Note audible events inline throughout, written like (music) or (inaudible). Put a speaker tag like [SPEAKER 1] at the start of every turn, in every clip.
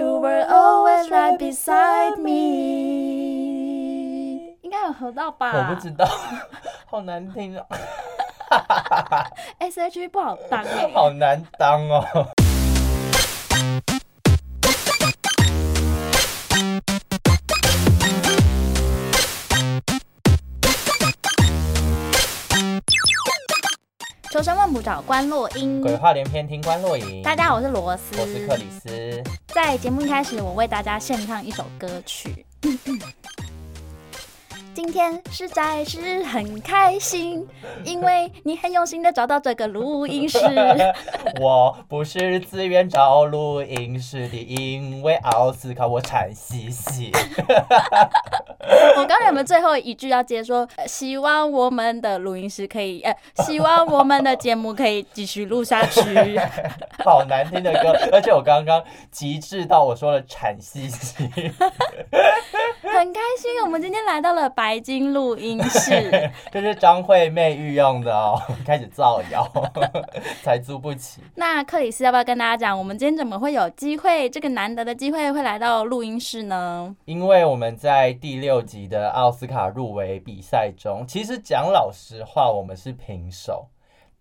[SPEAKER 1] were always right beside me。应该有合到吧？
[SPEAKER 2] 我不知道， (laughs) 好难听哦，
[SPEAKER 1] S H E 不好当哎、
[SPEAKER 2] (laughs) 好难当
[SPEAKER 1] (laughs)
[SPEAKER 2] 哦。
[SPEAKER 1] 求生问不找关洛英。
[SPEAKER 2] 鬼话连篇，听官落影。
[SPEAKER 1] 大家好，我是罗斯。
[SPEAKER 2] 我是克里斯。
[SPEAKER 1] 在节目一开始，我为大家献唱一首歌曲。 (laughs) 今天实在是很开心，因为你很用心的找到这个录音室。
[SPEAKER 2] 我不是自愿找录音室的，因为奥斯卡我惨兮兮。 (laughs)
[SPEAKER 1] 我刚原本最后一句要接说，呃希望我们的录音师可以，呃，希望我们的节目可以继续录
[SPEAKER 2] (laughs)
[SPEAKER 1] 下去。
[SPEAKER 2] 好难听的歌，而且我刚刚极致到我说了惨兮兮， (laughs)
[SPEAKER 1] 很开心，我们今天来到了白金录音
[SPEAKER 2] (laughs)
[SPEAKER 1] 室。
[SPEAKER 2] 这是张惠妹御用的哦， (laughs) 开始造谣， (laughs) 才租不起。
[SPEAKER 1] 那克里斯要不要跟大家讲，我们今天怎么会有机会，这个难得的机会会来到录音室呢？
[SPEAKER 2] 因为我们在第六集的奥斯卡入围比赛中，其实讲老实话，我们是平手。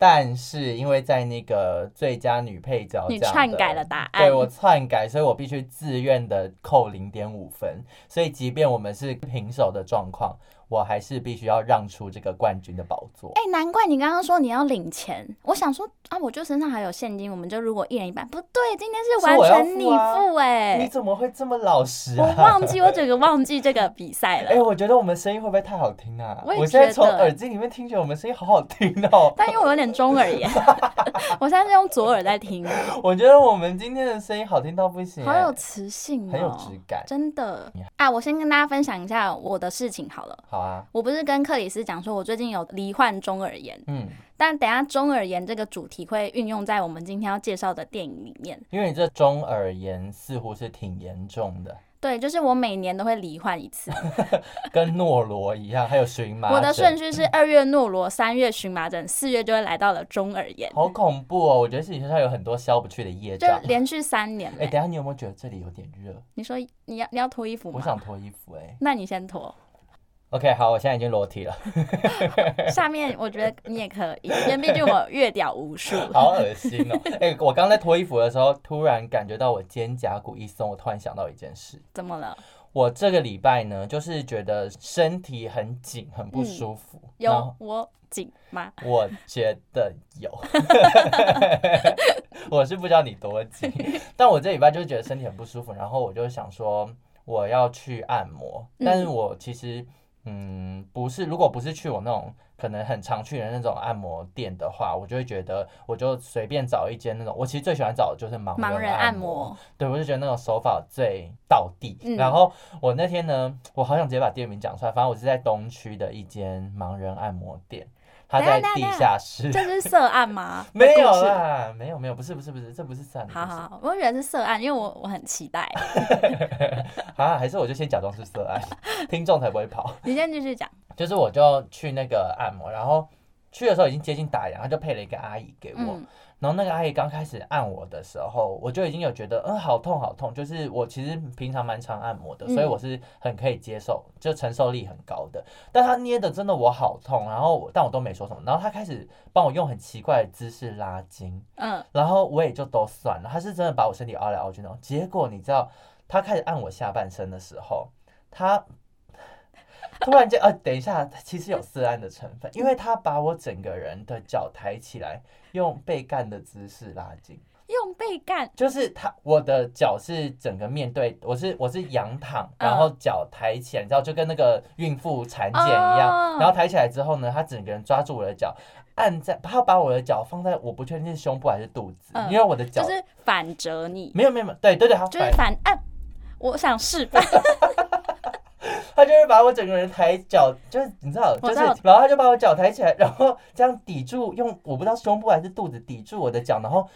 [SPEAKER 2] 但是因为在那个最佳女配角
[SPEAKER 1] 你
[SPEAKER 2] 这样
[SPEAKER 1] 篡
[SPEAKER 2] 的
[SPEAKER 1] 改了答案
[SPEAKER 2] 对我篡改，所以我必须自愿的扣零点五分。所以即便我们是平手的状况，我还是必须要让出这个冠军的宝座。
[SPEAKER 1] 哎、难怪你刚刚说你要领钱，我想说啊，我就身上还有现金，我们就如果一人一半，不对，今天是
[SPEAKER 2] 是我要
[SPEAKER 1] 完全你
[SPEAKER 2] 付啊
[SPEAKER 1] 付哎、
[SPEAKER 2] 你怎么会这么老实
[SPEAKER 1] 我
[SPEAKER 2] 啊？
[SPEAKER 1] 忘记，我整个忘记这个比赛
[SPEAKER 2] 哎、
[SPEAKER 1] 了。
[SPEAKER 2] 我觉得我们声音会不会太好听啊？
[SPEAKER 1] 我也
[SPEAKER 2] 现在
[SPEAKER 1] 觉
[SPEAKER 2] 从
[SPEAKER 1] 得
[SPEAKER 2] 耳机里面听觉得我们声音好好听哦。
[SPEAKER 1] 但因为我有点中耳炎， (laughs) 我现在是用左耳在听，
[SPEAKER 2] (laughs) 我觉得我们今天的声音好听到不行、欸
[SPEAKER 1] 好有磁性、哦，
[SPEAKER 2] 很有质感。
[SPEAKER 1] 真的啊！我先跟大家分享一下我的事情好了。
[SPEAKER 2] 好啊，
[SPEAKER 1] 我不是跟克里斯讲说，我最近有罹患中耳炎，
[SPEAKER 2] 嗯，
[SPEAKER 1] 但等一下中耳炎这个主题会运用在我们今天要介绍的电影里面。
[SPEAKER 2] 因为你这中耳炎似乎是挺严重
[SPEAKER 1] (laughs)
[SPEAKER 2] 的，
[SPEAKER 1] 对，就是我每年都会罹患一次。
[SPEAKER 2] 跟诺罗一样，还有荨麻疹。
[SPEAKER 1] 我的顺序是二月诺罗，三月荨麻疹，四月就会来到了中耳炎，
[SPEAKER 2] 好恐怖哦！我觉得自己身上有很多消不去的业
[SPEAKER 1] 就
[SPEAKER 2] 障。
[SPEAKER 1] 连续三年
[SPEAKER 2] 哎、
[SPEAKER 1] 嘞。
[SPEAKER 2] 等一下你有没有觉得这里有点热？
[SPEAKER 1] 你说你要你要脱衣服
[SPEAKER 2] 我
[SPEAKER 1] 吗？
[SPEAKER 2] 想脱衣服哎、
[SPEAKER 1] 那你先脱。
[SPEAKER 2] OK，好，我现在已经裸
[SPEAKER 1] (laughs)
[SPEAKER 2] 体了， (laughs)
[SPEAKER 1] 下面我觉得你也可以，因为毕竟我月屌无数。
[SPEAKER 2] 好恶心哦！哎、我刚在脱衣服的时候，突然感觉到我肩胛骨一松，我突然想到一件事。
[SPEAKER 1] 怎么了？
[SPEAKER 2] 我这个礼拜呢，就是觉得身体很紧，很
[SPEAKER 1] 嗯
[SPEAKER 2] 不舒服。然后
[SPEAKER 1] 有我紧吗？
[SPEAKER 2] (laughs) 我觉得
[SPEAKER 1] (laughs)
[SPEAKER 2] 有， (laughs) 我是不知道你多
[SPEAKER 1] (laughs)
[SPEAKER 2] 紧，但我这礼拜就觉得身体很不舒服，然后我就想说我要去按摩，
[SPEAKER 1] 嗯
[SPEAKER 2] 但是我其实嗯不是，如果不是去我那种可能很常去的那种按摩店的话，我就会觉得我就随便找一间那种，我其实最喜欢找的就是盲
[SPEAKER 1] 盲人按
[SPEAKER 2] 按摩
[SPEAKER 1] 摩，
[SPEAKER 2] 对，我就觉得那种手法最到地。
[SPEAKER 1] 嗯
[SPEAKER 2] 然后我那天呢，我好想直接把店名讲出来，反正我是在东区的一间盲人按摩店，它
[SPEAKER 1] 等一
[SPEAKER 2] 在
[SPEAKER 1] 下等一
[SPEAKER 2] 地
[SPEAKER 1] 下
[SPEAKER 2] 下室。？
[SPEAKER 1] (laughs) 这是色按吗
[SPEAKER 2] (laughs) 没有
[SPEAKER 1] 故事。
[SPEAKER 2] 啦，没有没有，不是不是不是，这不是散的。
[SPEAKER 1] 好好，好我以为是色按，因为我我很期
[SPEAKER 2] (laughs)
[SPEAKER 1] 待。
[SPEAKER 2] 不是啊，还是我就先假装是色案，听众才不会跑。
[SPEAKER 1] 你先继续讲。
[SPEAKER 2] 就是我就去那个按摩，然后去的时候已经接近打烊，他就配了一个阿姨给我，
[SPEAKER 1] 嗯，
[SPEAKER 2] 然后那个阿姨刚开始按我的时候，我就已经有觉得，嗯，好痛好痛。就是我其实平常蛮常按摩的，
[SPEAKER 1] 嗯
[SPEAKER 2] 所以我是很可以接受，就承受力很高的。但她捏的真的我好痛，然后我但我都没说什么。然后她开始帮我用很奇怪的姿势拉筋，
[SPEAKER 1] 嗯，
[SPEAKER 2] 然后我也就都算了。她是真的把我身体凹来凹去那种。哦结果你知道，她开始按我下半身的时候，她 (laughs) 突然间，呃，等一下，其实有色案的成分，因为她把我整个人的脚抬起来。用被干的姿势拉筋，
[SPEAKER 1] 用被干，
[SPEAKER 2] 就是他我的脚是整个面对，我是我是仰躺，
[SPEAKER 1] 嗯
[SPEAKER 2] 然后脚抬起来，你知道就跟那个孕妇产检一样，
[SPEAKER 1] 哦
[SPEAKER 2] 然后抬起来之后呢，他整个人抓住我的脚，按在他把我的脚放在我不确定是胸部还是肚子，
[SPEAKER 1] 嗯
[SPEAKER 2] 因为我的脚、
[SPEAKER 1] 就是反折你，
[SPEAKER 2] 没有没有没有，对对对，他
[SPEAKER 1] 就是
[SPEAKER 2] 反
[SPEAKER 1] 反按。我想示
[SPEAKER 2] (laughs)
[SPEAKER 1] 范，
[SPEAKER 2] 他就是把我整个人抬脚，就是你知道，
[SPEAKER 1] 我
[SPEAKER 2] 就是
[SPEAKER 1] 知道
[SPEAKER 2] 然后他就把我脚抬起来，然后这样抵住，用我不知道胸部还是肚子抵住我的脚，然后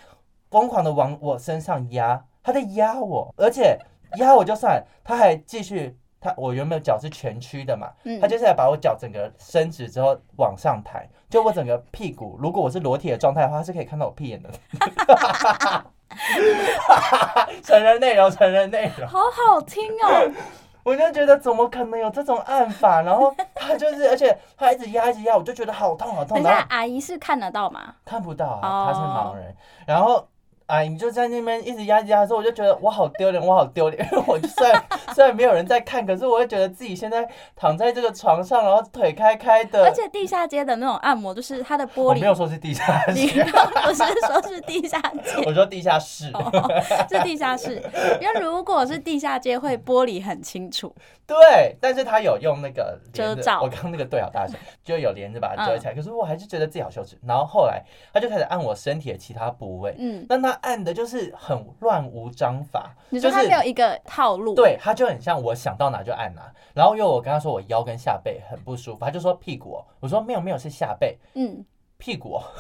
[SPEAKER 2] 疯狂的往我身上压，他在压我，而且压我就算，他还继续，他我原本脚是蜷曲的嘛，
[SPEAKER 1] 嗯
[SPEAKER 2] 他，就是来把我脚整个伸直之后往上
[SPEAKER 1] (laughs)
[SPEAKER 2] 抬，就我整个屁股，如果我是裸体的状态的话，他是可以看到我屁眼的。 (laughs) 成人内容，成人内容，
[SPEAKER 1] 好好听哦，
[SPEAKER 2] 我就觉得怎么可能有这种按法？然后他就是，而且他一直压，一直压，我就觉得好痛，好
[SPEAKER 1] 等
[SPEAKER 2] 痛。
[SPEAKER 1] 一
[SPEAKER 2] 然
[SPEAKER 1] 下
[SPEAKER 2] 后
[SPEAKER 1] 阿姨是看得到吗？
[SPEAKER 2] 看不到
[SPEAKER 1] 哦
[SPEAKER 2] 啊，他是盲人。然后阿姨就在那边一直压，一直压的时候，我就觉得我好丢脸，我好丢脸。 (laughs) 因为我虽然虽然没有人在看，可是我会觉得自己现在躺在这个床上，然后腿开开的。
[SPEAKER 1] 而且地下街的那种按摩，就是它的
[SPEAKER 2] 我呃
[SPEAKER 1] 玻璃
[SPEAKER 2] 哦没有说是地下
[SPEAKER 1] 你
[SPEAKER 2] 室，
[SPEAKER 1] 刚不是说是地下街，
[SPEAKER 2] (laughs) 我说地下室。
[SPEAKER 1] 哦， (laughs) 是地下室。因为如果是地下街，会玻璃很清楚。
[SPEAKER 2] 对，但是他有用那个
[SPEAKER 1] 遮
[SPEAKER 2] 帘子
[SPEAKER 1] 罩
[SPEAKER 2] 我刚刚那个对好大声，就有帘子把它遮
[SPEAKER 1] 嗯
[SPEAKER 2] 起来。可是我还是觉得自己好羞耻。然后后来他就开始按我身体的其他部位，
[SPEAKER 1] 嗯，
[SPEAKER 2] 但他按的就是很乱无章法，
[SPEAKER 1] 你说
[SPEAKER 2] 就
[SPEAKER 1] 它
[SPEAKER 2] 是
[SPEAKER 1] 没有一个套路，，
[SPEAKER 2] 对，他就很像我想到哪就按哪。然后因为我跟他说我腰跟下背很不舒服，他就说屁股哦，我说没有没有是下背。
[SPEAKER 1] 嗯，
[SPEAKER 2] 屁股哦， (laughs)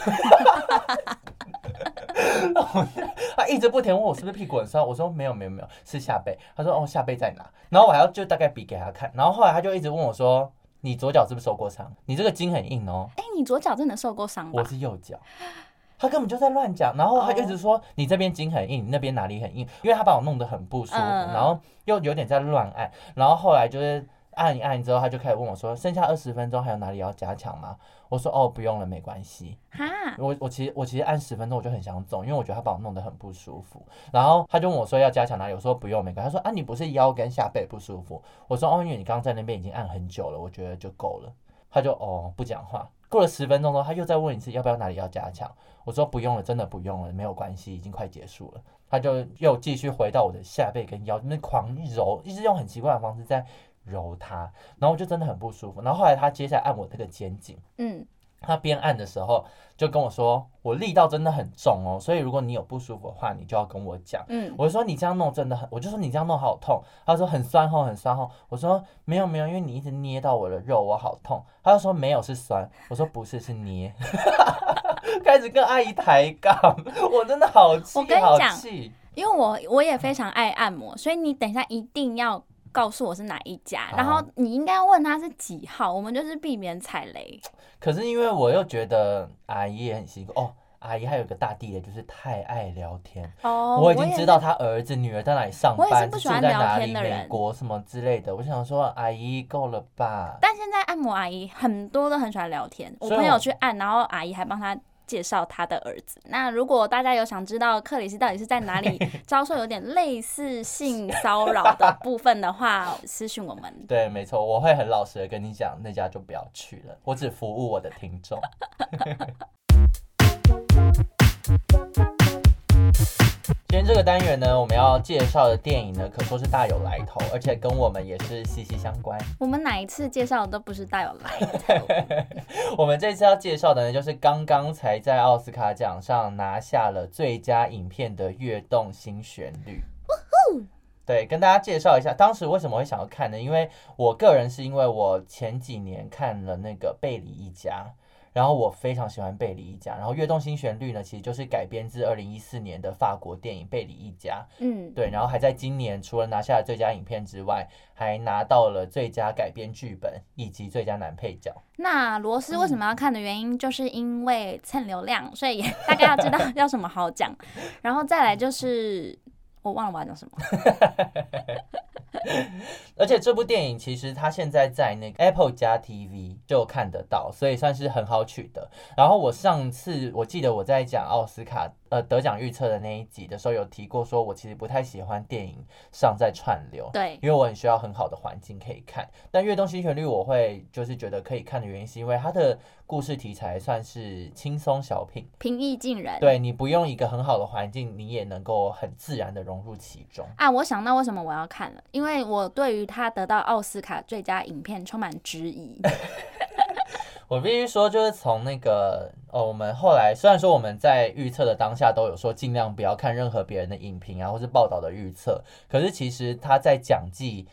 [SPEAKER 2] 他一直不停问我是不是屁股很酸，我说没有没有没有，是下背。他说哦下背在哪？然后我还要就大概比给他看，然后后来他就一直问我说你左脚是不是受过伤？你这个筋很硬哦，
[SPEAKER 1] 哎，你左脚真的受过伤吧
[SPEAKER 2] 我？是右脚。他根本就在乱讲，然后他就一直说、你这边筋很硬，你那边哪里很硬，因为他把我弄得很不舒服，
[SPEAKER 1] 嗯
[SPEAKER 2] 然后又有点在乱按，然后后来就是按一按之后，他就开始问我说剩下二十分钟还有哪里要加强吗？我说哦不用了，没关系。
[SPEAKER 1] 哈，
[SPEAKER 2] 我我其实我其实按十分钟我就很想走，因为我觉得他把我弄得很不舒服。然后他就问我说要加强哪里，我说不用没关系。他说啊你不是腰跟下背不舒服？我说哦因为你刚刚在那边已经按很久了，我觉得就够了。他就哦不讲话。过了十分钟之后，他又再问一次要不要哪里要加强，我说不用了，真的不用了，没有关系，已经快结束了。他就又继续回到我的下背跟腰，那狂揉，一直用很奇怪的方式在揉它，然后我就真的很不舒服。然后后来他接下来按我这个肩颈。
[SPEAKER 1] 嗯，
[SPEAKER 2] 他边按的时候就跟我说，我力道真的很重哦，所以如果你有不舒服的话，你就要跟我讲。
[SPEAKER 1] 嗯，
[SPEAKER 2] 我就说你这样弄真的很，我就说你这样弄好痛。他说很酸哦，很酸哦。我说没有没有，因为你一直捏到我的肉，我好痛。他就说没有是酸，我说不是是捏。 (laughs) 开始跟阿姨抬杠，我真的好气，
[SPEAKER 1] 我跟你
[SPEAKER 2] 好
[SPEAKER 1] 讲
[SPEAKER 2] 气。
[SPEAKER 1] 因为我我也非常爱按摩，所以你等一下一定要。告诉我是哪一家，
[SPEAKER 2] 好
[SPEAKER 1] 然后你应该要问他是几号，我们就是避免踩雷。
[SPEAKER 2] 可是因为我又觉得阿姨也很辛苦哦，阿姨还有一个大地雷就是太爱聊天。
[SPEAKER 1] 哦
[SPEAKER 2] 我已经
[SPEAKER 1] 也
[SPEAKER 2] 知道他儿子女儿在哪里上
[SPEAKER 1] 我也是
[SPEAKER 2] 班，
[SPEAKER 1] 不
[SPEAKER 2] 住
[SPEAKER 1] 喜欢
[SPEAKER 2] 在
[SPEAKER 1] 聊
[SPEAKER 2] 哪
[SPEAKER 1] 天
[SPEAKER 2] 里，
[SPEAKER 1] 的
[SPEAKER 2] 美
[SPEAKER 1] 人
[SPEAKER 2] 国什么之类的。我想说，阿姨够了吧？
[SPEAKER 1] 但现在按摩阿姨很多都很喜欢聊天，我
[SPEAKER 2] 所以
[SPEAKER 1] 朋友
[SPEAKER 2] 我
[SPEAKER 1] 去按，然后阿姨还帮他。介绍他的儿子。那如果大家有想知道克里斯到底是在
[SPEAKER 2] (laughs)
[SPEAKER 1] 哪里遭受有点类似性骚扰的部分的话，私讯我们。
[SPEAKER 2] 对，没错，我会很老实的跟你讲，那家就不要去了。我只服务我的听
[SPEAKER 1] (laughs)
[SPEAKER 2] 众。今天这个单元呢，我们要介绍的电影呢，可说是大有来头，而且跟我们也是息息相关。
[SPEAKER 1] (laughs) 我们哪一次介绍都不是大有来
[SPEAKER 2] (laughs)
[SPEAKER 1] 头，
[SPEAKER 2] 我们这次要介绍的呢，就是刚刚才在奥斯卡奖上拿下了最佳影片的《跃动新旋律》。对，跟大家介绍一下，当时为什么会想要看呢？因为我个人是因为我前几年看了那个贝里一家，然后我非常喜欢贝里一家，然后《跃动新旋律》呢，其实就是改编自二零一四年的法国电影《贝里一家》。
[SPEAKER 1] 嗯，
[SPEAKER 2] 对，然后还在今年除了拿下了最佳影片之外，还拿到了最佳改编剧本以及最佳男配角。
[SPEAKER 1] 那罗斯为什么要看的原因，就是因为蹭流量，所以也大概要知道要什么好讲。然后再来就是我忘了我要讲什么，
[SPEAKER 2] 而且这部电影其实它现在在那个 Apple 加 TV 就看得到，所以算是很好取得。然后我上次我记得我在讲奥斯卡呃得奖预测的那一集的时候有提过，说我其实不太喜欢电影上在串流。
[SPEAKER 1] 对，
[SPEAKER 2] 因为我很需要很好的环境可以看，但《跃动新旋律》我会就是觉得可以看的原因，是因为它的故事题材算是轻松小品，
[SPEAKER 1] 平易近人。
[SPEAKER 2] 对你不用一个很好的环境，你也能够很自然的融入其中。
[SPEAKER 1] 啊，我想到为什么我要看了，因为我对于他得到奥斯卡最佳影片充满
[SPEAKER 2] (laughs)
[SPEAKER 1] 质疑。
[SPEAKER 2] 我必须说，就是从那个呃，我们后来虽然说我们在预测的当下都有说尽量不要看任何别人的影评啊，或是报道的预测，可是其实他在讲季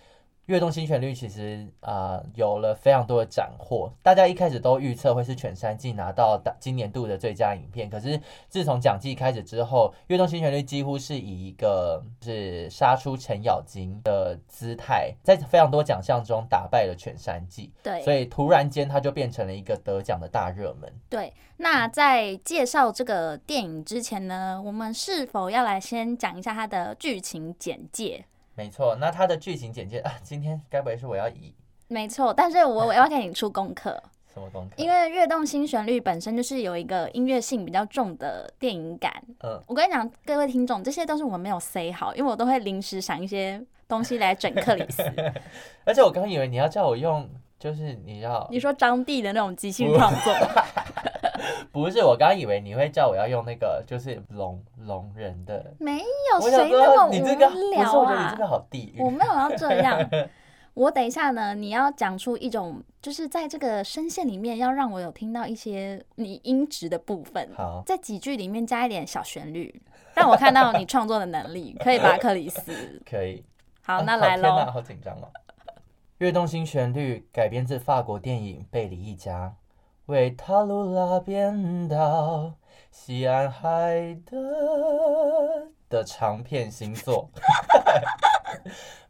[SPEAKER 2] 跃动新旋律其实啊、呃有了非常多的斩获，大家一开始都预测会是犬山季拿到大今年度的最佳影片，可是自从奖季开始之后，跃动新旋律几乎是以一个呃就是杀出程咬金的姿态，在非常多奖项中打败了犬山季，
[SPEAKER 1] 对，
[SPEAKER 2] 所以突然间它就变成了一个得奖的大热门。
[SPEAKER 1] 对，那在介绍这个电影之前呢，我们是否要来先讲一下它的剧情简介？
[SPEAKER 2] 没错，那它的剧情简介啊，今天该不会是我要以
[SPEAKER 1] 没错，但是我我要给你出
[SPEAKER 2] (laughs)
[SPEAKER 1] 功课，
[SPEAKER 2] 什么功课？
[SPEAKER 1] 因为《跃动新旋律》本身就是有一个音乐性比较重的电影感。
[SPEAKER 2] 嗯，
[SPEAKER 1] 我跟你讲，各位听众，这些都是我们没有 say 好，因为我都会临时想一些东西来整克里
[SPEAKER 2] (laughs)
[SPEAKER 1] 斯。
[SPEAKER 2] 而且我刚以为你要叫我用，就是你要
[SPEAKER 1] 你说张帝的那种即兴创
[SPEAKER 2] (laughs)
[SPEAKER 1] 作，
[SPEAKER 2] 不是，我刚以为你会叫我要用那个，就是聋聋人的。
[SPEAKER 1] 没有
[SPEAKER 2] 我
[SPEAKER 1] 哦谁
[SPEAKER 2] 想
[SPEAKER 1] 那么
[SPEAKER 2] 说
[SPEAKER 1] 无
[SPEAKER 2] 你这个，不是，
[SPEAKER 1] 聊
[SPEAKER 2] 我觉得你
[SPEAKER 1] 啊
[SPEAKER 2] 这。个好地狱
[SPEAKER 1] 我。没有要这样。
[SPEAKER 2] (laughs)
[SPEAKER 1] 我等一下呢，你要讲出一种，就是在这个声线里面，要让我有听到一些你音质的部分，
[SPEAKER 2] 好，
[SPEAKER 1] 在几句里面加一点小旋律，让我看到你创作的能力，可以吧，克里斯？
[SPEAKER 2] 可以。
[SPEAKER 1] 好，
[SPEAKER 2] (laughs) 啊
[SPEAKER 1] 那来
[SPEAKER 2] 天哪
[SPEAKER 1] 喽。
[SPEAKER 2] 好紧张哦。《跃动新旋律》改编自法国电影《贝里一家》，为塔鲁拉编导，西安海的的长片新作， (laughs)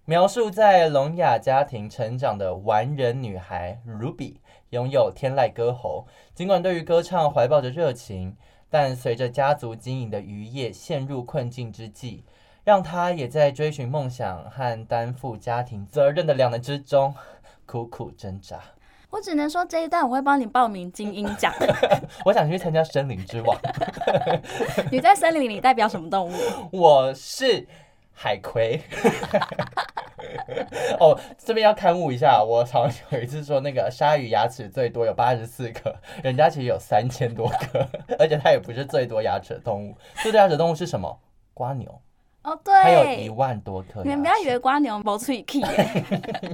[SPEAKER 2] 描述在聋哑家庭成长的完人女孩 Ruby 拥有天籁歌喉，尽管对于歌唱怀抱着热情，但随着家族经营的渔业陷入困境之际，让他也在追寻梦想和担负家庭责任的两难之中 (laughs) 苦苦挣扎。
[SPEAKER 1] 我只能说这一段我会帮你报名金鹰
[SPEAKER 2] (laughs)
[SPEAKER 1] 奖。
[SPEAKER 2] 我想去参加森林之王， (laughs)
[SPEAKER 1] 你在森林里代表什么动物？
[SPEAKER 2] 我是海葵。 (laughs) 哦，这边要刊物一下，我好像有一次说那个鲨鱼牙齿最多有八十四颗，人家其实有三千多颗， (laughs) 而且它也不是最多牙齿的动物，最多牙齿的动物是什么？瓜牛，
[SPEAKER 1] 哦，
[SPEAKER 2] 它有啊一
[SPEAKER 1] 对，
[SPEAKER 2] 万多颗牙齿。
[SPEAKER 1] 你们不要以为瓜牛没
[SPEAKER 2] (laughs)
[SPEAKER 1] 喙气耶，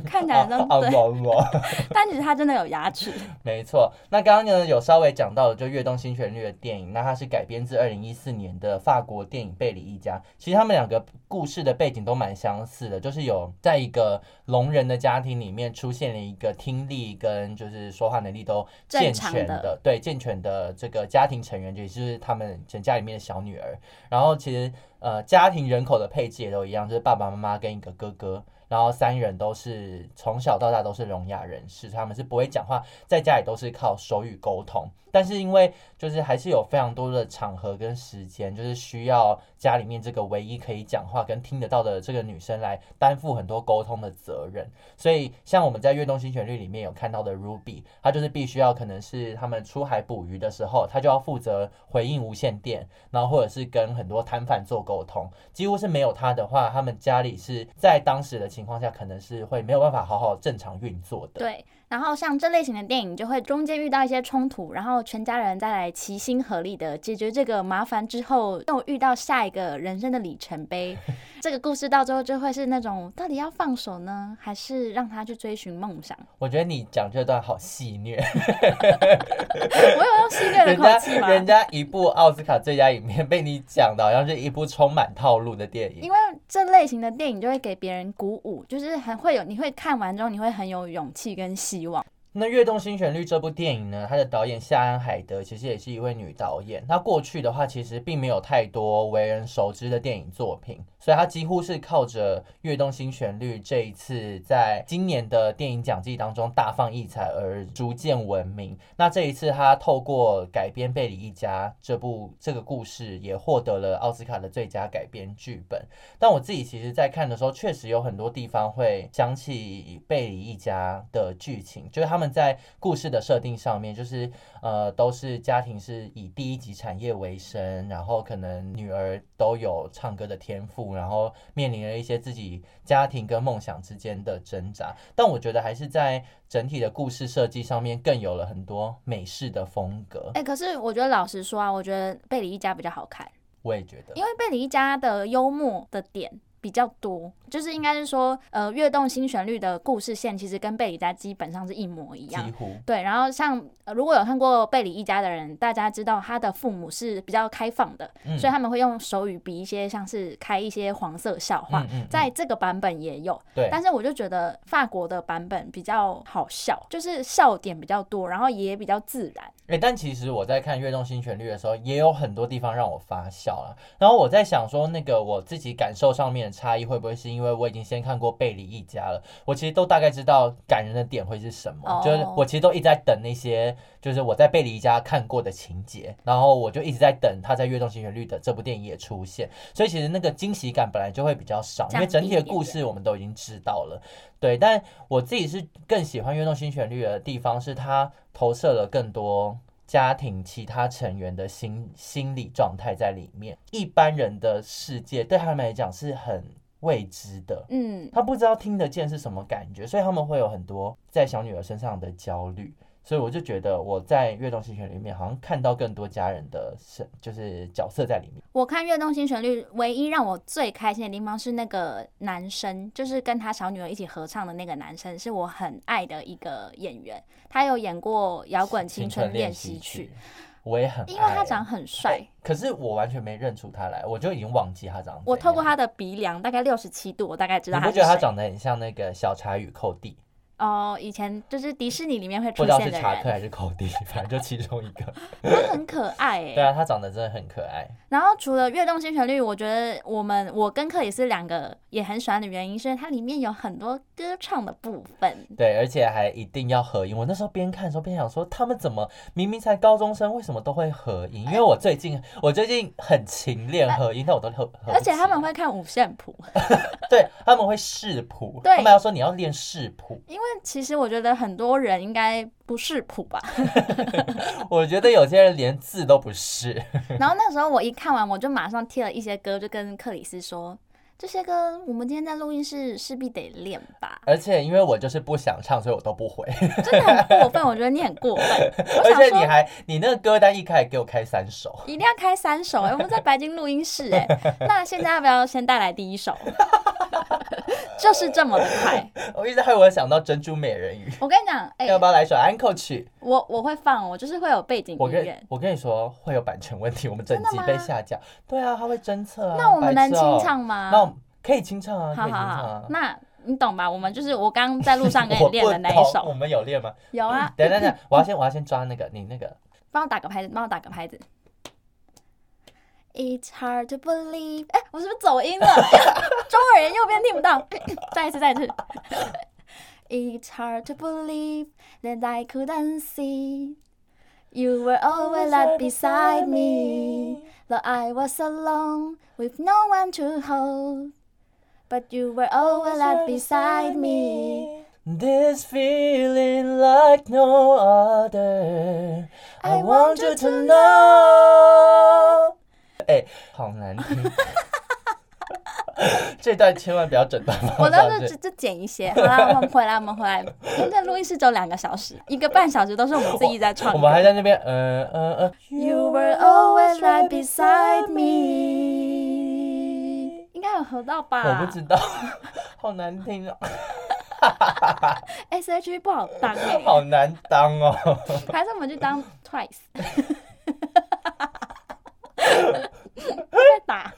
[SPEAKER 1] 看起来
[SPEAKER 2] 啊啊
[SPEAKER 1] 都对，
[SPEAKER 2] 哇哇
[SPEAKER 1] 但其实它真的有牙齿。
[SPEAKER 2] 没错，那刚刚呢有稍微讲到的，就《跃动新旋律》的电影，那它是改编自二零一四年的法国电影《贝里一家》。其实他们两个故事的背景都蛮相似的，就是有在一个聋人的家庭里面出现了一个听力跟就是说话能力都健全
[SPEAKER 1] 正常的
[SPEAKER 2] 对健全的这个家庭成员，也就是他们整家里面的小女儿。然后其实呃家庭人口的配置也都一样，就是爸爸妈妈跟一个哥哥。然后三人都是从小到大都是聋哑人士，他们是不会讲话，在家里都是靠手语沟通。但是因为就是还是有非常多的场合跟时间，就是需要家里面这个唯一可以讲话跟听得到的这个女生来担负很多沟通的责任。所以像我们在《跃动新旋律》里面有看到的 Ruby，她就是必须要可能是他们出海捕鱼的时候，她就要负责回应无线电，然后或者是跟很多摊贩做沟通。几乎是没有他的话，他们家里是在当时的情况下，可能是会没有办法好好正常运作的。
[SPEAKER 1] 对，然后像这类型的电影，就会中间遇到一些冲突，然后全家人再来齐心合力的解决这个麻烦之后，又遇到下一个人生的里程碑。
[SPEAKER 2] (laughs)
[SPEAKER 1] 这个故事到最后就会是那种，到底要放手呢，还是让他去追寻
[SPEAKER 2] (laughs)
[SPEAKER 1] 梦想？
[SPEAKER 2] 我觉得你讲这段好戏虐，
[SPEAKER 1] 我有用戏谑的
[SPEAKER 2] 人
[SPEAKER 1] 口
[SPEAKER 2] 家
[SPEAKER 1] 气吗？
[SPEAKER 2] 人家一部奥斯卡最佳影片被你讲的好像是一部充满套路的电影。
[SPEAKER 1] 因为这类型的电影就会给别人鼓舞，就是很会有，你会看完之后你会很有勇气跟希望。
[SPEAKER 2] 那《跃动新旋律》这部电影呢，它的导演夏安海德其实也是一位女导演。她过去的话，其实并没有太多为人熟知的电影作品，所以她几乎是靠着《跃动新旋律》这一次在今年的电影奖季当中大放异彩而逐渐闻名。那这一次，她透过改编《贝里一家》这部这个故事，也获得了奥斯卡的最佳改编剧本。但我自己其实，在看的时候，确实有很多地方会想起贝里一家的剧情，就是他们在故事的设定上面，就是呃，都是家庭是以第一级产业为生，然后可能女儿都有唱歌的天赋，然后面临了一些自己家庭跟梦想之间的挣扎。但我觉得还是在整体的故事设计上面，更有了很多美式的风格。
[SPEAKER 1] 哎、可是我觉得老实说啊，我觉得《贝里一家》比较好看，
[SPEAKER 2] 我也觉得
[SPEAKER 1] 因为《贝里一家》的幽默的点比较多。就是应该是说，呃，《跃动新旋律》的故事线其实跟贝里家基本上是一模一样
[SPEAKER 2] 几。乎
[SPEAKER 1] 对，然后像、呃如果有看过贝里一家的人，大家知道他的父母是比较开放的，
[SPEAKER 2] 嗯
[SPEAKER 1] 所以他们会用手语比一些像是开一些黄色笑话，
[SPEAKER 2] 嗯嗯嗯
[SPEAKER 1] 在这个版本也有，
[SPEAKER 2] 对，
[SPEAKER 1] 但是我就觉得法国的版本比较好笑，就是笑点比较多，然后也比较自然。
[SPEAKER 2] 哎、但其实我在看《跃动新旋律》的时候，也有很多地方让我发笑了。然后我在想说，那个我自己感受上面的差异，会不会是因为我已经先看过《贝里一家》了？我其实都大概知道感人的点会是什么
[SPEAKER 1] 哦
[SPEAKER 2] 就是我其实都一直在等那些，就是我在《贝里一家》看过的情节，然后我就一直在等他在《跃动新旋律》的这部电影也出现，所以其实那个惊喜感本来就会比较少，因为整体的
[SPEAKER 1] 降低一点
[SPEAKER 2] 故事我们都已经知道了。对，但我自己是更喜欢《跃动新旋律》的地方是它投射了更多家庭其他成员的心心理状态在里面。一般人的世界对他们来讲是很未知的，
[SPEAKER 1] 嗯，
[SPEAKER 2] 他不知道听得见是什么感觉，所以他们会有很多在小女儿身上的焦虑。所以我就觉得我在《跃动新旋律》里面好像看到更多家人的是就是角色在里面。
[SPEAKER 1] 我看《跃动新旋律》，唯一让我最开心的地方是那个男生，就是跟他小女儿一起合唱的那个男生，是我很爱的一个演员，他有演过《摇滚青春练习曲》，
[SPEAKER 2] 我也很爱，
[SPEAKER 1] 因为他长很帅，
[SPEAKER 2] 可是我完全没认出他来，我就已经忘记他长怎样。
[SPEAKER 1] 我透过他的鼻梁大概六十七度，我大概知道
[SPEAKER 2] 你
[SPEAKER 1] 他
[SPEAKER 2] 不
[SPEAKER 1] 是
[SPEAKER 2] 觉得他
[SPEAKER 1] 谁。
[SPEAKER 2] 长得很像那个小茶与寇弟？
[SPEAKER 1] 哦，以前就是迪士尼里面会
[SPEAKER 2] 不
[SPEAKER 1] 出
[SPEAKER 2] 知道
[SPEAKER 1] 现
[SPEAKER 2] 是
[SPEAKER 1] 的
[SPEAKER 2] 查克
[SPEAKER 1] 人，
[SPEAKER 2] 还是寇弟，反正就其中
[SPEAKER 1] (laughs)
[SPEAKER 2] 一个。
[SPEAKER 1] 他很可爱
[SPEAKER 2] (laughs)
[SPEAKER 1] 哎、
[SPEAKER 2] 对啊，他长得真的很可爱。
[SPEAKER 1] 然后除了《跃动新旋律》，我觉得我们我跟克里斯两个也很喜欢的原因是它里面有很多歌唱的部分。
[SPEAKER 2] 对，而且还一定要合音。我那时候边看的时候边想说，他们怎么明明才高中生，为什么都会合音？因为我最近我最近很勤练合音，但我都合合不
[SPEAKER 1] 而且他们
[SPEAKER 2] 起来
[SPEAKER 1] 会看五线谱，
[SPEAKER 2] 对他们会视谱，
[SPEAKER 1] 对
[SPEAKER 2] 他们要说你要练视谱。
[SPEAKER 1] 因为其实我觉得很多人应该不是谱
[SPEAKER 2] (laughs)
[SPEAKER 1] 吧。
[SPEAKER 2] 我觉得有些人连字都不是。，
[SPEAKER 1] 然后那时候我一看完，我就马上贴了一些歌，就跟克里斯说，这些歌我们今天在录音室势必得练吧
[SPEAKER 2] (laughs) 而且因为我就是不想唱，所以我都不回。
[SPEAKER 1] 真的很过分。我觉得你很
[SPEAKER 2] (laughs)
[SPEAKER 1] 过分，我
[SPEAKER 2] 而
[SPEAKER 1] 想
[SPEAKER 2] 且你
[SPEAKER 1] 说
[SPEAKER 2] 还你那个歌单一开始给我开三首。
[SPEAKER 1] 一定要开三首、欸，我们在白金录音室
[SPEAKER 2] (laughs)
[SPEAKER 1] 哎、那现在要不要先带来第一首？ (laughs) 就是这么的快。
[SPEAKER 2] 我一直害我想到珍珠美人鱼，
[SPEAKER 1] 我跟你讲，哎、
[SPEAKER 2] 要不要来一首安可曲？
[SPEAKER 1] 我我会放，我就是会有背景
[SPEAKER 2] 我
[SPEAKER 1] 音
[SPEAKER 2] 跟
[SPEAKER 1] 乐。
[SPEAKER 2] 我跟你说哦会有版权问题，我们整
[SPEAKER 1] 真的
[SPEAKER 2] 集被
[SPEAKER 1] 吗
[SPEAKER 2] 下架。对啊，他会侦测啊。
[SPEAKER 1] 那我们
[SPEAKER 2] 白
[SPEAKER 1] 能
[SPEAKER 2] 痴
[SPEAKER 1] 清
[SPEAKER 2] 哦
[SPEAKER 1] 唱
[SPEAKER 2] 那我
[SPEAKER 1] 吗？
[SPEAKER 2] 们可以清唱啊，可
[SPEAKER 1] 好
[SPEAKER 2] 以清
[SPEAKER 1] 好
[SPEAKER 2] 唱
[SPEAKER 1] 好
[SPEAKER 2] 啊，。
[SPEAKER 1] 那你懂吧？我们就是 (laughs) 我刚刚在路上跟你
[SPEAKER 2] 我
[SPEAKER 1] 练
[SPEAKER 2] 不
[SPEAKER 1] 的那
[SPEAKER 2] 懂
[SPEAKER 1] 一
[SPEAKER 2] 我
[SPEAKER 1] 首，
[SPEAKER 2] 们有练吗？
[SPEAKER 1] 有 (laughs) 啊。
[SPEAKER 2] 等一下等等，我要先我要先抓那个你那个，
[SPEAKER 1] 帮我打个拍子，帮我打个拍子。It's hard to believe，哎、我是不是走音了？ (laughs) 中耳炎右边听不到， (coughs) 再一次，再一次。It's hard to believe that I couldn't see you were always right beside me. Though I was alone with no one to hold, but you were always right beside me.
[SPEAKER 2] This feeling like no other. I want you to know. 哎、好难
[SPEAKER 1] (laughs)
[SPEAKER 2] 听。这段千万不要整段
[SPEAKER 1] (laughs) 我
[SPEAKER 2] 放
[SPEAKER 1] 倒
[SPEAKER 2] 上
[SPEAKER 1] 是
[SPEAKER 2] 去
[SPEAKER 1] 只。只剪一些。好啦，我们回来，我们回来。 (laughs) 因为这录音室只有两个小时，一个半小时都是我们自己在唱
[SPEAKER 2] 我们还
[SPEAKER 1] 歌。
[SPEAKER 2] 在那边，嗯嗯嗯。
[SPEAKER 1] You were always right beside me。应该有合到
[SPEAKER 2] 我
[SPEAKER 1] 吧
[SPEAKER 2] 不知道，好难听哦，
[SPEAKER 1] ？S H E 不好当哎、
[SPEAKER 2] (laughs) 好难当哦。
[SPEAKER 1] 还是我们去当 Twice。被打，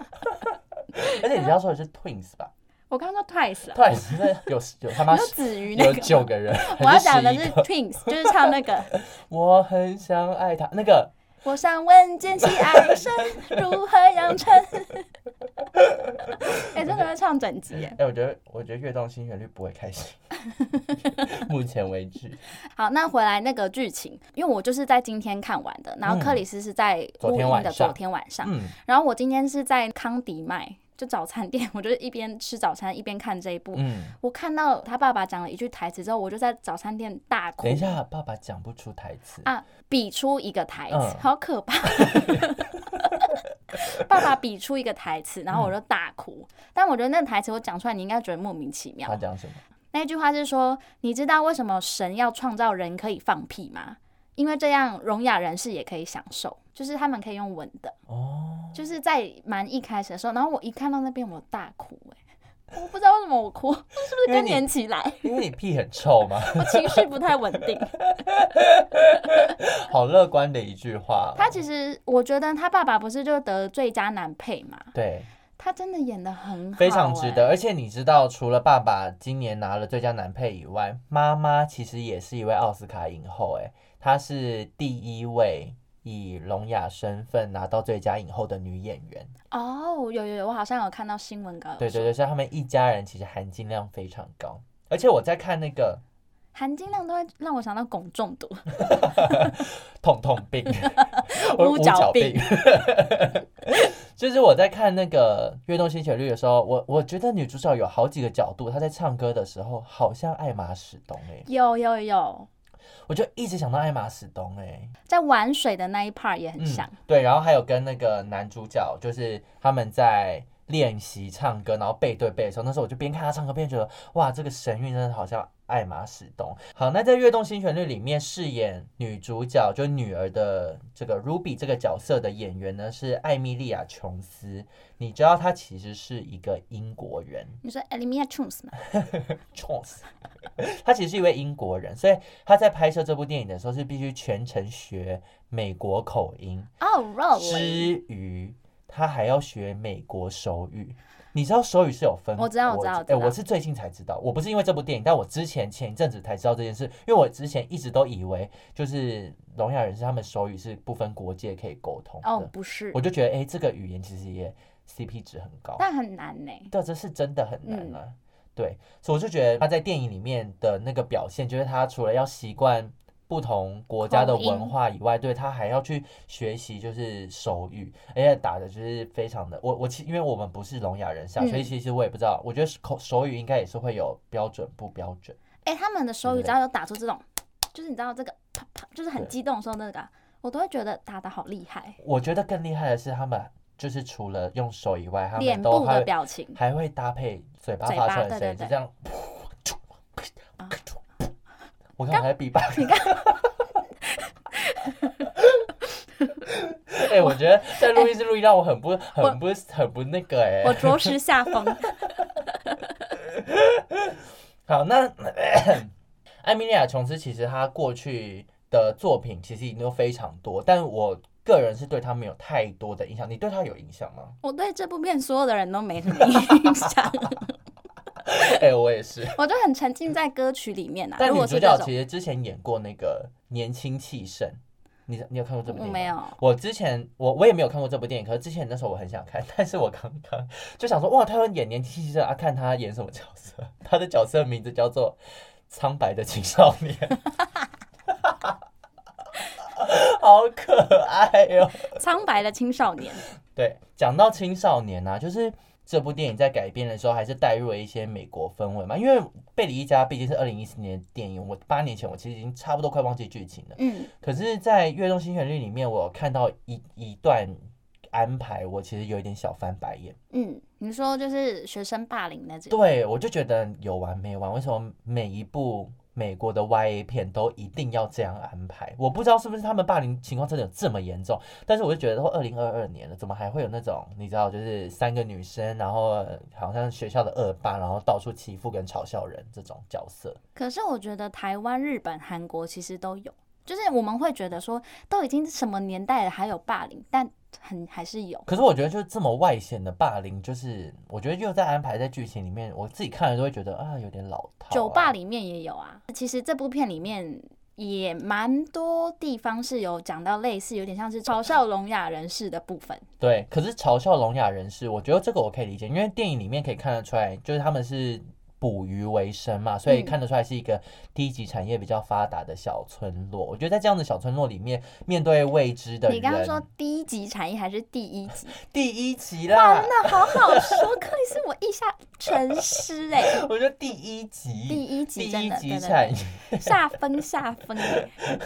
[SPEAKER 2] 而且你要说的是 Twins 吧
[SPEAKER 1] 我刚刚说 Twice 啊。
[SPEAKER 2] ？Twins 那有有他妈
[SPEAKER 1] (laughs) 你说子瑜那
[SPEAKER 2] 有
[SPEAKER 1] 个吗
[SPEAKER 2] 九个
[SPEAKER 1] (laughs)
[SPEAKER 2] 人，
[SPEAKER 1] 我要
[SPEAKER 2] 还是
[SPEAKER 1] 讲的
[SPEAKER 2] 11
[SPEAKER 1] 是
[SPEAKER 2] 个
[SPEAKER 1] Twins，就是唱那个
[SPEAKER 2] 我很想爱他那个。
[SPEAKER 1] 我想问见习爱神如何
[SPEAKER 2] (laughs)
[SPEAKER 1] 养成。哎、真的会唱整集欸耶。
[SPEAKER 2] 哎、我觉得我觉得跃动新旋律不会开
[SPEAKER 1] (laughs)
[SPEAKER 2] 心，目前为止。
[SPEAKER 1] 好，那回来那个剧情，因为我就是在今天看完的，然后克里斯是在录音的昨天晚上，
[SPEAKER 2] 嗯，
[SPEAKER 1] (laughs) 然后我今天是在康迪麦，就早餐店， (laughs) 我就是一边吃早餐一边看这一部。
[SPEAKER 2] 嗯，
[SPEAKER 1] 我看到他爸爸讲了一句台词之后，我就在早餐店大哭
[SPEAKER 2] 等一，下，爸爸讲不出台词。
[SPEAKER 1] 啊，比出一个台词，
[SPEAKER 2] 嗯
[SPEAKER 1] 好可
[SPEAKER 2] (laughs)
[SPEAKER 1] 怕！爸爸比出一个台词，然后我就大哭。但我觉得那个台词我讲出来，你应该觉得莫名其妙
[SPEAKER 2] 他。讲什么？
[SPEAKER 1] 那句话是说：“你知道为什么神要创造人可以放屁吗？因为这样聋哑人士也可以享受，就是他们可以用闻的。
[SPEAKER 2] 哦，
[SPEAKER 1] 就是在蛮一开始的时候，然后我一看到那边我大哭、欸， (laughs) 我不知道为什么我哭，我是不是
[SPEAKER 2] 因为
[SPEAKER 1] 更
[SPEAKER 2] 你
[SPEAKER 1] 年期来？
[SPEAKER 2] 因为你屁很臭嘛， (laughs)
[SPEAKER 1] 我情绪不太稳定。
[SPEAKER 2] 好乐观的一句话哦。
[SPEAKER 1] 他其实，我觉得他爸爸不是就得最佳男配嘛？
[SPEAKER 2] 对，
[SPEAKER 1] 他真的演的很好、
[SPEAKER 2] 非常值得。。而且你知道，除了爸爸今年拿了最佳男配以外，妈妈其实也是一位奥斯卡影后、欸，她是第一位以聋哑身份拿到最佳影后的女演员。
[SPEAKER 1] 哦，有有有，我好像有看到新闻稿有说。
[SPEAKER 2] 对对对，所以他们一家人其实含金量非常高。而且我在看那个
[SPEAKER 1] 含金量都会让我想到汞中毒。，
[SPEAKER 2] 痛痛病 (laughs) 我
[SPEAKER 1] 乌
[SPEAKER 2] 乌
[SPEAKER 1] 角
[SPEAKER 2] 角
[SPEAKER 1] 病
[SPEAKER 2] 病。 (laughs) 就是我在看那个《跃动新旋律》的时候，我我觉得女主角有好几个角度，她在唱歌的时候好像艾玛史东哎、
[SPEAKER 1] 有有有，
[SPEAKER 2] 我就一直想到艾玛史东哎、
[SPEAKER 1] 在玩水的那一 part 也很像。
[SPEAKER 2] 嗯对，然后还有跟那个男主角，就是他们在练习唱歌，然后背对背的时候，那时候我就边看他唱歌边觉得，哇，这个神韵真的好像艾玛史东。好，那在《跃动新旋律》里面饰演女主角就女儿的这个 Ruby 这个角色的演员呢是艾米莉亚·琼斯，你知道她其实是一个英国人。
[SPEAKER 1] 你说 Elimia Chums 嘛？
[SPEAKER 2] (laughs) Chance，他其实是一位英国人，所以他在拍摄这部电影的时候是必须全程学美国口音，
[SPEAKER 1] 哦 r o l
[SPEAKER 2] 之余他还要学美国手语。你知道手语是有分，
[SPEAKER 1] 我知道我知道我知
[SPEAKER 2] 哎、
[SPEAKER 1] 道
[SPEAKER 2] 我是最近才知道，我不是因为这部电影，但我之前前一阵子才知道这件事，因为我之前一直都以为就是聋哑人士他们手语是不分国界可以沟通的，
[SPEAKER 1] 哦，不是
[SPEAKER 2] 我，就觉得哎、这个语言其实也 CP 值很高。
[SPEAKER 1] 但很难呢、
[SPEAKER 2] 对，这是真的很
[SPEAKER 1] 嗯
[SPEAKER 2] 难啊。对，所以我就觉得他在电影里面的那个表现，就是他除了要习惯不同国家的
[SPEAKER 1] 口音
[SPEAKER 2] 文化以外，对他还要去学习就是手语，而且打的就是非常的，我我其因为我们不是聋哑人士啊，所以
[SPEAKER 1] 嗯
[SPEAKER 2] 其实我也不知道，我觉得口手语应该也是会有标准不标准。
[SPEAKER 1] 哎、他们的手语
[SPEAKER 2] 对
[SPEAKER 1] 只要有打出这种，就是你知道这个啪啪，就是很
[SPEAKER 2] 对
[SPEAKER 1] 激动的时候那个啊，我都会觉得打的好厉害，
[SPEAKER 2] 我觉得更厉害的是他们就是除了用手以外，他
[SPEAKER 1] 脸
[SPEAKER 2] 们都
[SPEAKER 1] 部
[SPEAKER 2] 还
[SPEAKER 1] 的
[SPEAKER 2] 会
[SPEAKER 1] 表情。
[SPEAKER 2] 还会搭配嘴巴
[SPEAKER 1] 嘴
[SPEAKER 2] 发
[SPEAKER 1] 巴
[SPEAKER 2] 出来的
[SPEAKER 1] 对
[SPEAKER 2] 声音，就
[SPEAKER 1] 对对
[SPEAKER 2] 这样。
[SPEAKER 1] 啊
[SPEAKER 2] 我刚才比吧，
[SPEAKER 1] 你看，
[SPEAKER 2] (laughs) 哎、我觉得在录音室录音让我很不、
[SPEAKER 1] 我
[SPEAKER 2] 很不、很不那个哎、
[SPEAKER 1] 我着实下风。
[SPEAKER 2] 好，那 (coughs) 艾米莉亚·琼斯其实她过去的作品其实已经都非常多，但我个人是对她没有太多的印象。你对她有印象
[SPEAKER 1] (laughs)
[SPEAKER 2] 吗？
[SPEAKER 1] (laughs) 我对这部片所有的人都没什么印象， (laughs)
[SPEAKER 2] 哎、我也是。
[SPEAKER 1] 我就很沉浸在歌曲里面啊。
[SPEAKER 2] 但
[SPEAKER 1] 如
[SPEAKER 2] 女
[SPEAKER 1] 果
[SPEAKER 2] 主
[SPEAKER 1] 是
[SPEAKER 2] 角
[SPEAKER 1] 这
[SPEAKER 2] 其
[SPEAKER 1] 种，
[SPEAKER 2] 实之前演过那个《年轻气盛》，你你有看过这部
[SPEAKER 1] 我
[SPEAKER 2] 电影？
[SPEAKER 1] 嗯没有。
[SPEAKER 2] 我之前我我也没有看过这部电影，可是之前那时候我很想看，但是我刚刚就想说，哇，他要演年轻气盛啊，看他演什么角色？ (laughs) 他的角色名字叫做《苍白的青少年》， (laughs) 好可爱哦哟、
[SPEAKER 1] 苍白的青少年，
[SPEAKER 2] 对，讲到青少年啊，就是这部电影在改编的时候，还是带入了一些美国氛围嘛。因为《贝里一家》毕竟是二零一四年的电影，我八年前我其实已经差不多快忘记剧情了。
[SPEAKER 1] 嗯，
[SPEAKER 2] 可是，在《跃动新旋律》里面，我有看到一一段安排，我其实有一点小翻白眼。
[SPEAKER 1] 嗯，你说就是学生霸凌那种，
[SPEAKER 2] 对我就觉得有完没完？为什么每一部美国的 YA 片都一定要这样安排？我不知道是不是他们霸凌情况真的有这么严重，但是我就觉得都二零二二年了，怎么还会有那种你知道，就是三个女生，然后呃好像学校的恶霸，然后到处欺负跟嘲笑人这种角色？
[SPEAKER 1] 可是我觉得台湾、日本、韩国其实都有，就是我们会觉得说，都已经什么年代了，还有霸凌，但很还是有。
[SPEAKER 2] 可是我觉得就是这么外显的霸凌，就是我觉得又在安排在剧情里面，我自己看了都会觉得啊有点老套、啊。
[SPEAKER 1] 酒吧里面也有啊。其实这部片里面也蛮多地方是有讲到类似，有点像是嘲笑聋哑人士的部分。
[SPEAKER 2] 对，可是嘲笑聋哑人士，我觉得这个我可以理解，因为电影里面可以看得出来，就是他们是捕鱼为生嘛，所以
[SPEAKER 1] 嗯
[SPEAKER 2] 看得出来是一个低级产业比较发达的小村落。我觉得在这样的小村落里面，面对未知的人，
[SPEAKER 1] 你刚刚说第一级产业还是第一
[SPEAKER 2] (laughs)
[SPEAKER 1] 级？
[SPEAKER 2] 第一集
[SPEAKER 1] 哇，
[SPEAKER 2] 啦，
[SPEAKER 1] 那好好说， (laughs) 克里斯，我一下沉思哎、
[SPEAKER 2] (laughs) 我觉得第一
[SPEAKER 1] 第 (laughs)
[SPEAKER 2] 集。
[SPEAKER 1] 一
[SPEAKER 2] 第
[SPEAKER 1] 集真
[SPEAKER 2] 一
[SPEAKER 1] 的
[SPEAKER 2] 级
[SPEAKER 1] 真
[SPEAKER 2] 产
[SPEAKER 1] 的
[SPEAKER 2] 业，
[SPEAKER 1] 下分下分哎、
[SPEAKER 2] (laughs)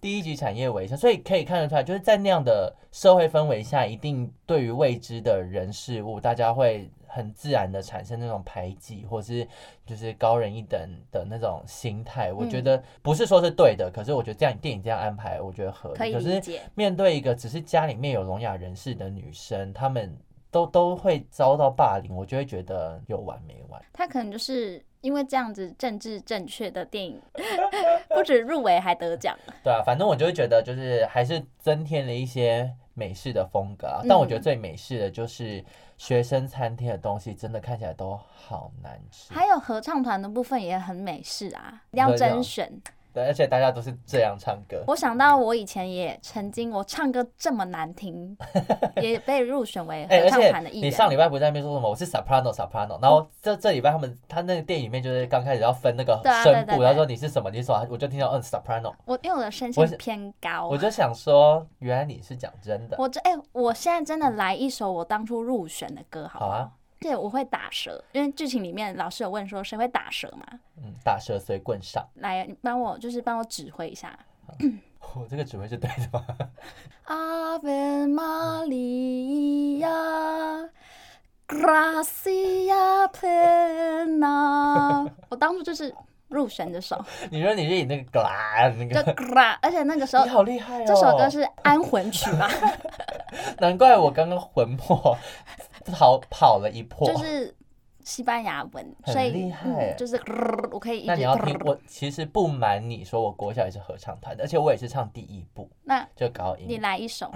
[SPEAKER 2] 第一级产业为生，所以可以看得出来，就是在那样的社会氛围下，一定对于未知的人事物，大家会很自然的产生那种排挤，或是就是高人一等的那种心态。我觉得不是说是对的，可是我觉得这样电影这样安排，我觉得合
[SPEAKER 1] 可
[SPEAKER 2] 理。
[SPEAKER 1] 以
[SPEAKER 2] 可
[SPEAKER 1] 理
[SPEAKER 2] 是
[SPEAKER 1] 解。
[SPEAKER 2] 面对一个只是家里面有聋哑人士的女生，她们。都都会遭到霸凌，我就会觉得有完没完。
[SPEAKER 1] 他可能就是因为这样子政治正确的电影， (laughs) 不止入围还得奖。
[SPEAKER 2] 对啊，反正我就会觉得就是还是增添了一些美式的风格啊。但我觉得
[SPEAKER 1] 嗯
[SPEAKER 2] 最美式的就是学生餐厅的东西，真的看起来都好难吃。
[SPEAKER 1] 还有合唱团的部分也很美式啊，一定要
[SPEAKER 2] 对
[SPEAKER 1] 甄
[SPEAKER 2] 要
[SPEAKER 1] 选。
[SPEAKER 2] 对，而且大家都是这样唱歌。
[SPEAKER 1] 我想到我以前也曾经，我唱歌这么
[SPEAKER 2] (laughs)
[SPEAKER 1] 难听，也被入选为
[SPEAKER 2] 哎、而
[SPEAKER 1] 合 (laughs) 唱团
[SPEAKER 2] 且
[SPEAKER 1] 的艺
[SPEAKER 2] 你
[SPEAKER 1] 人。嗯
[SPEAKER 2] 上礼拜不是在那边说什么我是 soprano soprano，然后这这礼拜他们他那个电影里面就是刚开始要分那个
[SPEAKER 1] 对啊对
[SPEAKER 2] 声
[SPEAKER 1] 对
[SPEAKER 2] 部，
[SPEAKER 1] 对
[SPEAKER 2] 然后说你是什么，你是什么，我就听到嗯 soprano，
[SPEAKER 1] 我因为我的声
[SPEAKER 2] 我
[SPEAKER 1] 线
[SPEAKER 2] 是
[SPEAKER 1] 偏高啊
[SPEAKER 2] 我，就想说原来你是讲真的，
[SPEAKER 1] 我这哎、我现在真的来一首我当初入选的歌好不
[SPEAKER 2] 好啊
[SPEAKER 1] 对，我会打舌，因为剧情里面老师有问说谁会打舌嘛，
[SPEAKER 2] 嗯，大蛇随棍上， (laughs)
[SPEAKER 1] 来你帮我就是帮我指挥一下。
[SPEAKER 2] 我这个指挥是对的吗？ (laughs)
[SPEAKER 1] Ave Maria。Gracia
[SPEAKER 2] (laughs)
[SPEAKER 1] plena，我当初就是入选这首，
[SPEAKER 2] 你说你是以那个 (laughs) 啦那
[SPEAKER 1] 就
[SPEAKER 2] 个，
[SPEAKER 1] gra，而且那个时候
[SPEAKER 2] 你好厉害哦！
[SPEAKER 1] 这首歌是安魂曲
[SPEAKER 2] (laughs)
[SPEAKER 1] 吧？
[SPEAKER 2] 难怪我刚刚魂魄逃跑了一魄，
[SPEAKER 1] 就是西班牙文，
[SPEAKER 2] 很
[SPEAKER 1] 所以
[SPEAKER 2] 厉害
[SPEAKER 1] 嗯
[SPEAKER 2] 欸
[SPEAKER 1] 就是我可以一
[SPEAKER 2] 那
[SPEAKER 1] 直
[SPEAKER 2] 你要听我，其实不瞒你说，我国小也是合唱团的，而且我也是唱第一部，
[SPEAKER 1] 那
[SPEAKER 2] 就高
[SPEAKER 1] 你
[SPEAKER 2] 音。
[SPEAKER 1] 来一首，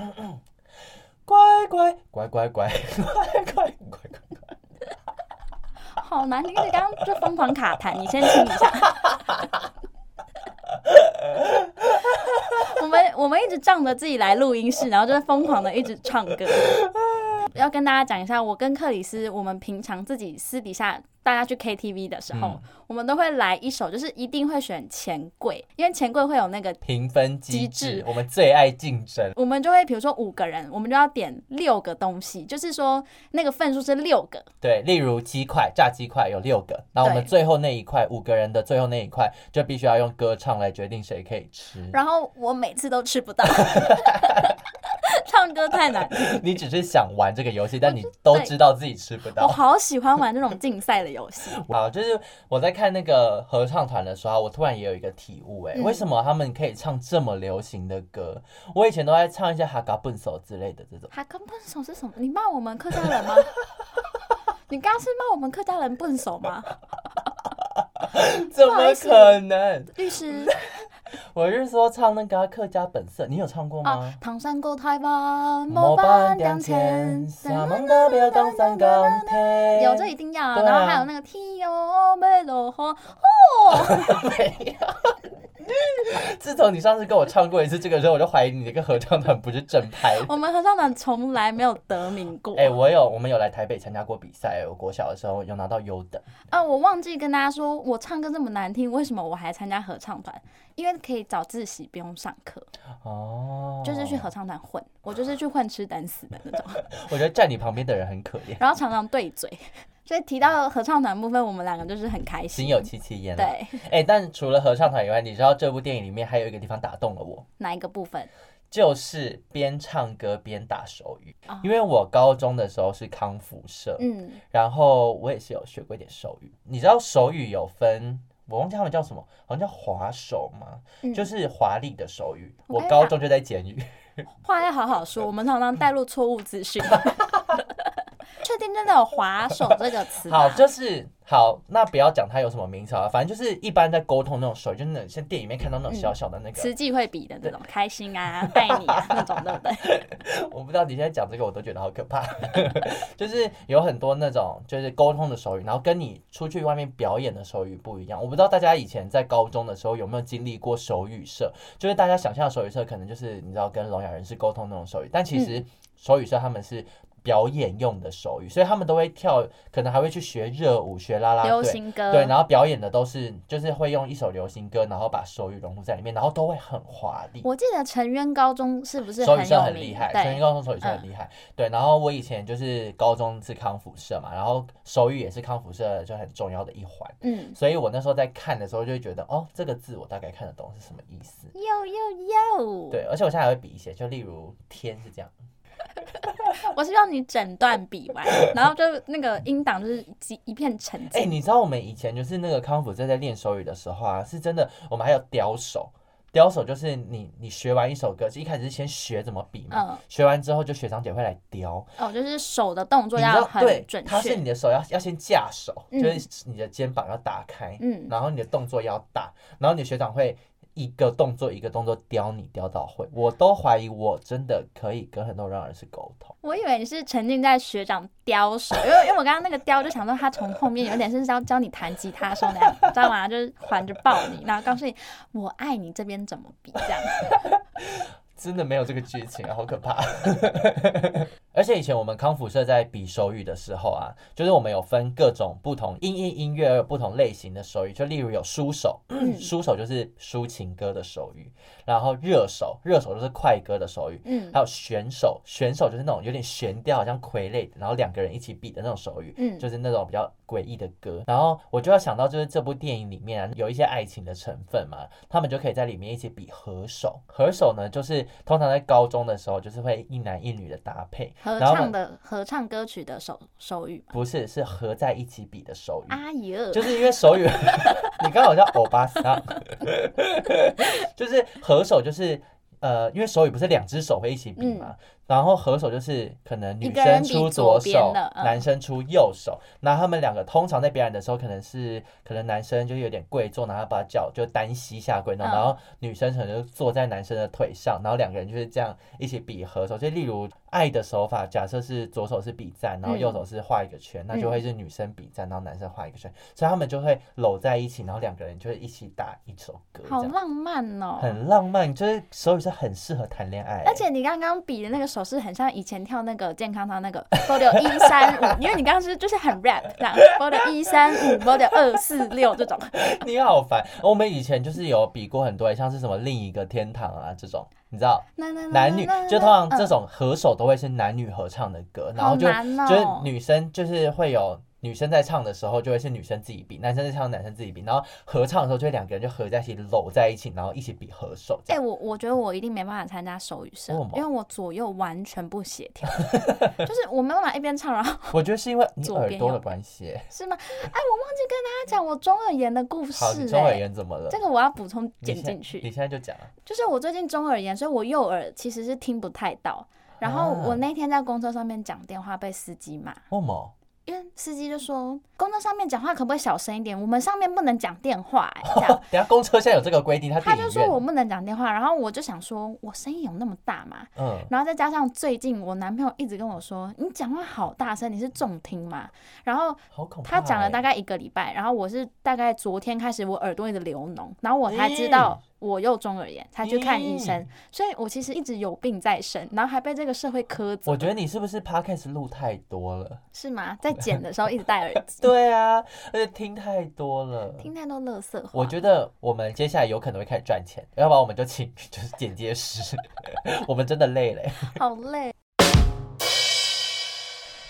[SPEAKER 2] 乖乖乖乖乖 (laughs) 乖乖乖乖，
[SPEAKER 1] 好难听！你刚刚就疯狂卡痰，你先听一下。 (laughs) 我们我们一直仗着自己来录音室，然后就是疯狂的一直唱歌。要跟大家讲一下，我跟克里斯，我们平常自己私底下大家去 KTV 的时候，
[SPEAKER 2] 嗯
[SPEAKER 1] 我们都会来一首，就是一定会选钱柜，因为钱柜会有那个
[SPEAKER 2] 评分机
[SPEAKER 1] 机
[SPEAKER 2] 制
[SPEAKER 1] 制，
[SPEAKER 2] 我们最爱竞争。
[SPEAKER 1] 我们就会比如说五个人，我们就要点六个东西，就是说那个份数是六个，
[SPEAKER 2] 对，例如鸡块、炸鸡块有六个，然后我们
[SPEAKER 1] 对
[SPEAKER 2] 最后那一块，五个人的最后那一块，就必须要用歌唱来决定谁可以吃。
[SPEAKER 1] 然后我每次都吃不到， (laughs) 唱歌太难听，
[SPEAKER 2] 你只是想玩这个游戏，但你都知道自己吃不
[SPEAKER 1] 我
[SPEAKER 2] 到。
[SPEAKER 1] 好喜欢玩这种竞赛的游戏。
[SPEAKER 2] 好，就是我在看那个合唱团的时候啊，我突然也有一个体悟、哎、
[SPEAKER 1] 嗯
[SPEAKER 2] 为什么他们可以唱这么流行的歌？我以前都在唱一些哈嘎笨手之类的这种，
[SPEAKER 1] 哈根笨手是什么？你骂我们客家人吗？ (laughs) 你刚刚是骂我们客家人笨手吗？
[SPEAKER 2] 怎
[SPEAKER 1] 不好意
[SPEAKER 2] 么
[SPEAKER 1] 思
[SPEAKER 2] 可能？
[SPEAKER 1] 律师
[SPEAKER 2] 我是说唱那个啊客家本色，你有唱过
[SPEAKER 1] 啊
[SPEAKER 2] 吗？，
[SPEAKER 1] 唐山过台湾，
[SPEAKER 2] 莫
[SPEAKER 1] 莫
[SPEAKER 2] 办
[SPEAKER 1] 办
[SPEAKER 2] 两
[SPEAKER 1] 两
[SPEAKER 2] 千，
[SPEAKER 1] 千，
[SPEAKER 2] 三万代表当三钢铁。
[SPEAKER 1] 有这一定要啊，
[SPEAKER 2] 对啊
[SPEAKER 1] 然后还有那个天哟没落花，
[SPEAKER 2] 没有。 (laughs) 自从你上次跟我唱过一次这个之后，我就怀疑你这个合唱团不是正拍的。
[SPEAKER 1] 我们合唱团从来没有得名过。
[SPEAKER 2] 哎、我有，我们有来台北参加过比赛。我国小的时候有拿到优等，
[SPEAKER 1] 啊，我忘记跟大家说，我唱歌这么难听，为什么我还参加合唱团？因为可以早自习，不用上课，
[SPEAKER 2] 哦，
[SPEAKER 1] 就是去合唱团混。我就是去混吃等死的那种，
[SPEAKER 2] 我觉得站你旁边的人很可怜，
[SPEAKER 1] (laughs) 然后常常对嘴。所以提到合唱团部分，我们两个就是很开
[SPEAKER 2] 心
[SPEAKER 1] 心。
[SPEAKER 2] 有戚戚焉。，
[SPEAKER 1] 对，
[SPEAKER 2] 哎、但除了合唱团以外，你知道这部电影里面还有一个地方打动了我，
[SPEAKER 1] 哪一个部分？
[SPEAKER 2] 就是边唱歌边打手语。
[SPEAKER 1] 哦
[SPEAKER 2] 因为我高中的时候是康复社，
[SPEAKER 1] 嗯，
[SPEAKER 2] 然后我也是有学过一点手语。你知道手语有分，我忘记他们叫什么，好像叫滑手吗？
[SPEAKER 1] 嗯
[SPEAKER 2] 就是华丽的手语。
[SPEAKER 1] 我
[SPEAKER 2] 我
[SPEAKER 1] 跟你
[SPEAKER 2] 高
[SPEAKER 1] 讲
[SPEAKER 2] 中就在简语，
[SPEAKER 1] 话要好好说，我们常常带入错误资讯。 (laughs) 确定真的有“滑手”这个词吗？
[SPEAKER 2] 好，就是好，那不要讲它有什么名词啊，反正就是一般在沟通那种手语，就是那种像电影里面看到
[SPEAKER 1] 嗯
[SPEAKER 2] 那种小小的那个。
[SPEAKER 1] 慈济会比的那种，开心啊，爱你啊那种，对不对？ (laughs)
[SPEAKER 2] 我不知道你现在讲这个，我都觉得好可怕。 (laughs) 就是有很多那种就是沟通的手语，然后跟你出去外面表演的手语不一样。我不知道大家以前在高中的时候有没有经历过手语社，就是大家想象的手语社可能就是你知道跟聋哑人士沟通那种手语，但其
[SPEAKER 1] 嗯
[SPEAKER 2] 实手语社他们是。表演用的手语，所以他们都会跳，可能还会去学热舞、学啦啦
[SPEAKER 1] 流
[SPEAKER 2] 队，
[SPEAKER 1] 行歌，
[SPEAKER 2] 对，然后表演的都是就是会用一首流行歌，然后把手语融入在里面，然后都会很华丽。
[SPEAKER 1] 我记得成渊高中是不是
[SPEAKER 2] 手语
[SPEAKER 1] 很
[SPEAKER 2] 社
[SPEAKER 1] 有
[SPEAKER 2] 很厉
[SPEAKER 1] 名？
[SPEAKER 2] 害，成人
[SPEAKER 1] 对，
[SPEAKER 2] 高中手语社很厉害。对，然后我以前就是高中是康复社嘛，然后手语也是康复社就很重要的一环，
[SPEAKER 1] 嗯，
[SPEAKER 2] 所以我那时候在看的时候就会觉得，哦，这个字我大概看得懂是什么意思。
[SPEAKER 1] 哟哟哟，
[SPEAKER 2] 对，而且我现在还会比一些，就例如天是这样，
[SPEAKER 1] 我是让你整段比完，然后就那个音档就是一一片沉
[SPEAKER 2] 哎、
[SPEAKER 1] 寂。
[SPEAKER 2] 你知道我们以前就是那个康复社在练手语的时候啊，是真的，我们还有雕手，雕手就是你，你学完一首歌，就一开始是先学怎么比嘛，
[SPEAKER 1] 嗯，
[SPEAKER 2] 学完之后就学长姐会来雕，
[SPEAKER 1] 哦，就是手的动作
[SPEAKER 2] 你知
[SPEAKER 1] 要
[SPEAKER 2] 道，
[SPEAKER 1] 很
[SPEAKER 2] 对
[SPEAKER 1] 准，
[SPEAKER 2] 它是
[SPEAKER 1] 确
[SPEAKER 2] 你，的手要要先架手，
[SPEAKER 1] 嗯
[SPEAKER 2] 就是你的肩膀要打开，
[SPEAKER 1] 嗯，
[SPEAKER 2] 然后你的动作要大，然后你的学长会一个动作一个动作雕你，雕到会。我都怀疑我真的可以跟很多人老师沟通，
[SPEAKER 1] 我以为你是沉浸在学长雕手，因为因为我刚刚那个雕就想说他从后面有点是要教你弹吉他的时候那样，知道吗？就是环着抱你，然后告诉你我爱你这边怎么比这样。
[SPEAKER 2] 真的没有这个剧情啊，好可怕。 (laughs) 而且以前我们康复社在比手语的时候啊，就是我们有分各种不同音译音乐，还有不同类型的手语，就例如有书手，
[SPEAKER 1] 嗯
[SPEAKER 2] 书手就是抒情歌的手语，然后热手，热手就是快歌的手语，
[SPEAKER 1] 嗯
[SPEAKER 2] 还有选手，选手就是那种有点悬吊，好像傀儡，然后两个人一起比的那种手语，
[SPEAKER 1] 嗯
[SPEAKER 2] 就是那种比较诡异的歌。然后我就要想到，就是这部电影里面啊，有一些爱情的成分嘛，他们就可以在里面一起比合手。合手呢，就是通常在高中的时候，就是会一男一女的搭配，
[SPEAKER 1] 合
[SPEAKER 2] 然后
[SPEAKER 1] 唱
[SPEAKER 2] 呢
[SPEAKER 1] 的合唱歌曲的手手语哎吧。
[SPEAKER 2] 不是是合在一起比的手语。
[SPEAKER 1] 阿姨二，
[SPEAKER 2] 嗯就是因为手语， (laughs) 你刚好叫欧巴
[SPEAKER 1] (laughs)
[SPEAKER 2] 桑，就是合手，就是呃，因为手语不是两只手会一起比嘛，然后合手就是可能
[SPEAKER 1] 嗯一
[SPEAKER 2] 女
[SPEAKER 1] 个
[SPEAKER 2] 生
[SPEAKER 1] 人比
[SPEAKER 2] 出
[SPEAKER 1] 左
[SPEAKER 2] 左
[SPEAKER 1] 边
[SPEAKER 2] 手，
[SPEAKER 1] 的嗯
[SPEAKER 2] 男生出右手，那他们两个通常在表演的时候，可能是可能男生就有点跪坐，然后把脚就单膝下跪那种，
[SPEAKER 1] 嗯
[SPEAKER 2] 然后女生可能就坐在男生的腿上，然后两个人就是这样一起比合手，就例如爱的手法，假设是左手是比赞，然后
[SPEAKER 1] 嗯
[SPEAKER 2] 右手是画一个圈，那就会是女生比赞，然后男生画一个圈，所以他们就会搂在一起，然后两个人就会一起打一首歌，这
[SPEAKER 1] 好
[SPEAKER 2] 样
[SPEAKER 1] 浪漫哦。
[SPEAKER 2] 很浪漫，就是手语是很适合谈恋爱、
[SPEAKER 1] 而且你刚刚比的那个手势很像以前跳那个健康操那个 model (laughs) 一三五，因为你刚刚是就是很 rap 这样 (laughs) model 一三五 model 二四六这种，
[SPEAKER 2] (laughs) 你好烦，我们以前就是有比过很多，欸像是什么另一个天堂啊这种，你知道
[SPEAKER 1] 那那
[SPEAKER 2] 男女就通常这
[SPEAKER 1] 种
[SPEAKER 2] 种合手都会是男女合唱的歌，然后就
[SPEAKER 1] 好难哦
[SPEAKER 2] 就是女生就是会有女生在唱的时候就会是女生自己比，男生在唱男生自己比，然后合唱的时候就会两个人就合在一起搂在一起，然后一起比合手这
[SPEAKER 1] 哎、
[SPEAKER 2] 样。
[SPEAKER 1] 我我觉得我一定没办法参加手语社
[SPEAKER 2] 为什么，
[SPEAKER 1] 因为我左右完全不协
[SPEAKER 2] (laughs)
[SPEAKER 1] 调，就是我没有办法一边唱，然后
[SPEAKER 2] 我觉得是因为你
[SPEAKER 1] 左
[SPEAKER 2] 耳
[SPEAKER 1] 边
[SPEAKER 2] 朵
[SPEAKER 1] 右
[SPEAKER 2] 的关系。欸
[SPEAKER 1] 是吗？哎，我忘记跟大家讲我中耳炎的故事、
[SPEAKER 2] 好，
[SPEAKER 1] 哎，
[SPEAKER 2] 你中耳炎怎么了
[SPEAKER 1] 这？个我要补充
[SPEAKER 2] 你
[SPEAKER 1] 剪
[SPEAKER 2] 现
[SPEAKER 1] 进去
[SPEAKER 2] 你。现在就讲啊。
[SPEAKER 1] 就是我最近中耳炎，所以我右耳其实是听不太到。然后
[SPEAKER 2] 啊
[SPEAKER 1] 我那天在公车上面讲电话被司机骂，
[SPEAKER 2] 为什么？
[SPEAKER 1] 因为司机就说公车上面讲话可不可以小声一点？我们上面不能讲电话、哎
[SPEAKER 2] (laughs)
[SPEAKER 1] 这样。
[SPEAKER 2] 等下公车现在有这个规定，他
[SPEAKER 1] 他
[SPEAKER 2] 电
[SPEAKER 1] 就
[SPEAKER 2] 影
[SPEAKER 1] 说
[SPEAKER 2] 院
[SPEAKER 1] 我不能讲电话，然后我就想说，我声音有那么大吗？
[SPEAKER 2] 嗯，
[SPEAKER 1] 然后再加上最近我男朋友一直跟我说，你讲话好大声，你是重听吗？然后
[SPEAKER 2] 好恐欸怖。
[SPEAKER 1] 他讲了大概一个礼拜，然后我是大概昨天开始我耳朵一直流脓，然后我才知道我又中耳炎，才去看医生
[SPEAKER 2] 嗯。
[SPEAKER 1] 所以我其实一直有病在身，然后还被这个社会苛责，
[SPEAKER 2] 我觉得你是不是 podcast 录太多了？
[SPEAKER 1] 是
[SPEAKER 2] (laughs)
[SPEAKER 1] 吗？在剪的时候一直戴耳机，
[SPEAKER 2] 对啊，而且听太多了。
[SPEAKER 1] 听太多乐色话。
[SPEAKER 2] 我觉得我们接下来有可能会开始赚钱，要不然我们就请 (laughs) 就是剪接师， (laughs) 我们真的累了。欸
[SPEAKER 1] 好累。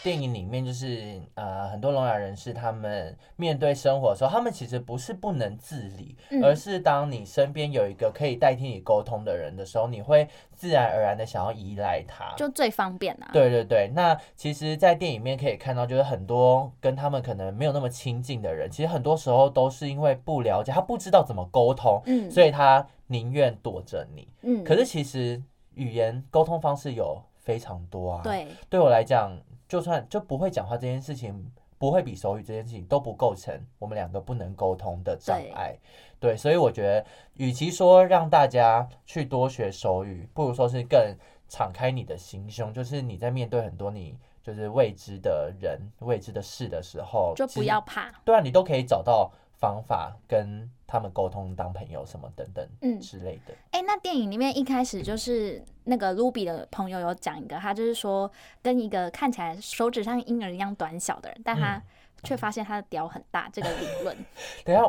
[SPEAKER 2] 电影里面就是呃，很多聋哑人士他们面对生活的时候，他们其实不是不能自理，
[SPEAKER 1] 嗯
[SPEAKER 2] 而是当你身边有一个可以代替你沟通的人的时候，你会自然而然的想要依赖他。
[SPEAKER 1] 就最方便啊。
[SPEAKER 2] 对对对，那其实，在电影里面可以看到，就是很多跟他们可能没有那么亲近的人，其实很多时候都是因为不了解，他不知道怎么沟通，
[SPEAKER 1] 嗯
[SPEAKER 2] 所以他宁愿躲着你。
[SPEAKER 1] 嗯，
[SPEAKER 2] 可是其实语言沟通方式有非常多啊。，
[SPEAKER 1] 对，
[SPEAKER 2] 对我来讲，就算就不会讲话这件事情，不会比手语这件事情都不构成我们两个不能沟通的障碍。对，所以我觉得，与其说让大家去多学手语，不如说是更敞开你的心胸，就是你在面对很多你。就是未知的人、未知的事的时候，
[SPEAKER 1] 就
[SPEAKER 2] 哦其
[SPEAKER 1] 不
[SPEAKER 2] 实
[SPEAKER 1] 要怕。
[SPEAKER 2] 对啊，你都可以找到方法跟他们沟通、当朋友什么等等
[SPEAKER 1] 嗯，
[SPEAKER 2] 之类的。
[SPEAKER 1] 哎、那电影里面一开始就是那个 Ruby 的朋友有讲一个，他就是说跟一个看起来手指像婴儿一样短小的人，但
[SPEAKER 2] 嗯
[SPEAKER 1] 他却发现他的屌很大这个理论。
[SPEAKER 2] 等一下，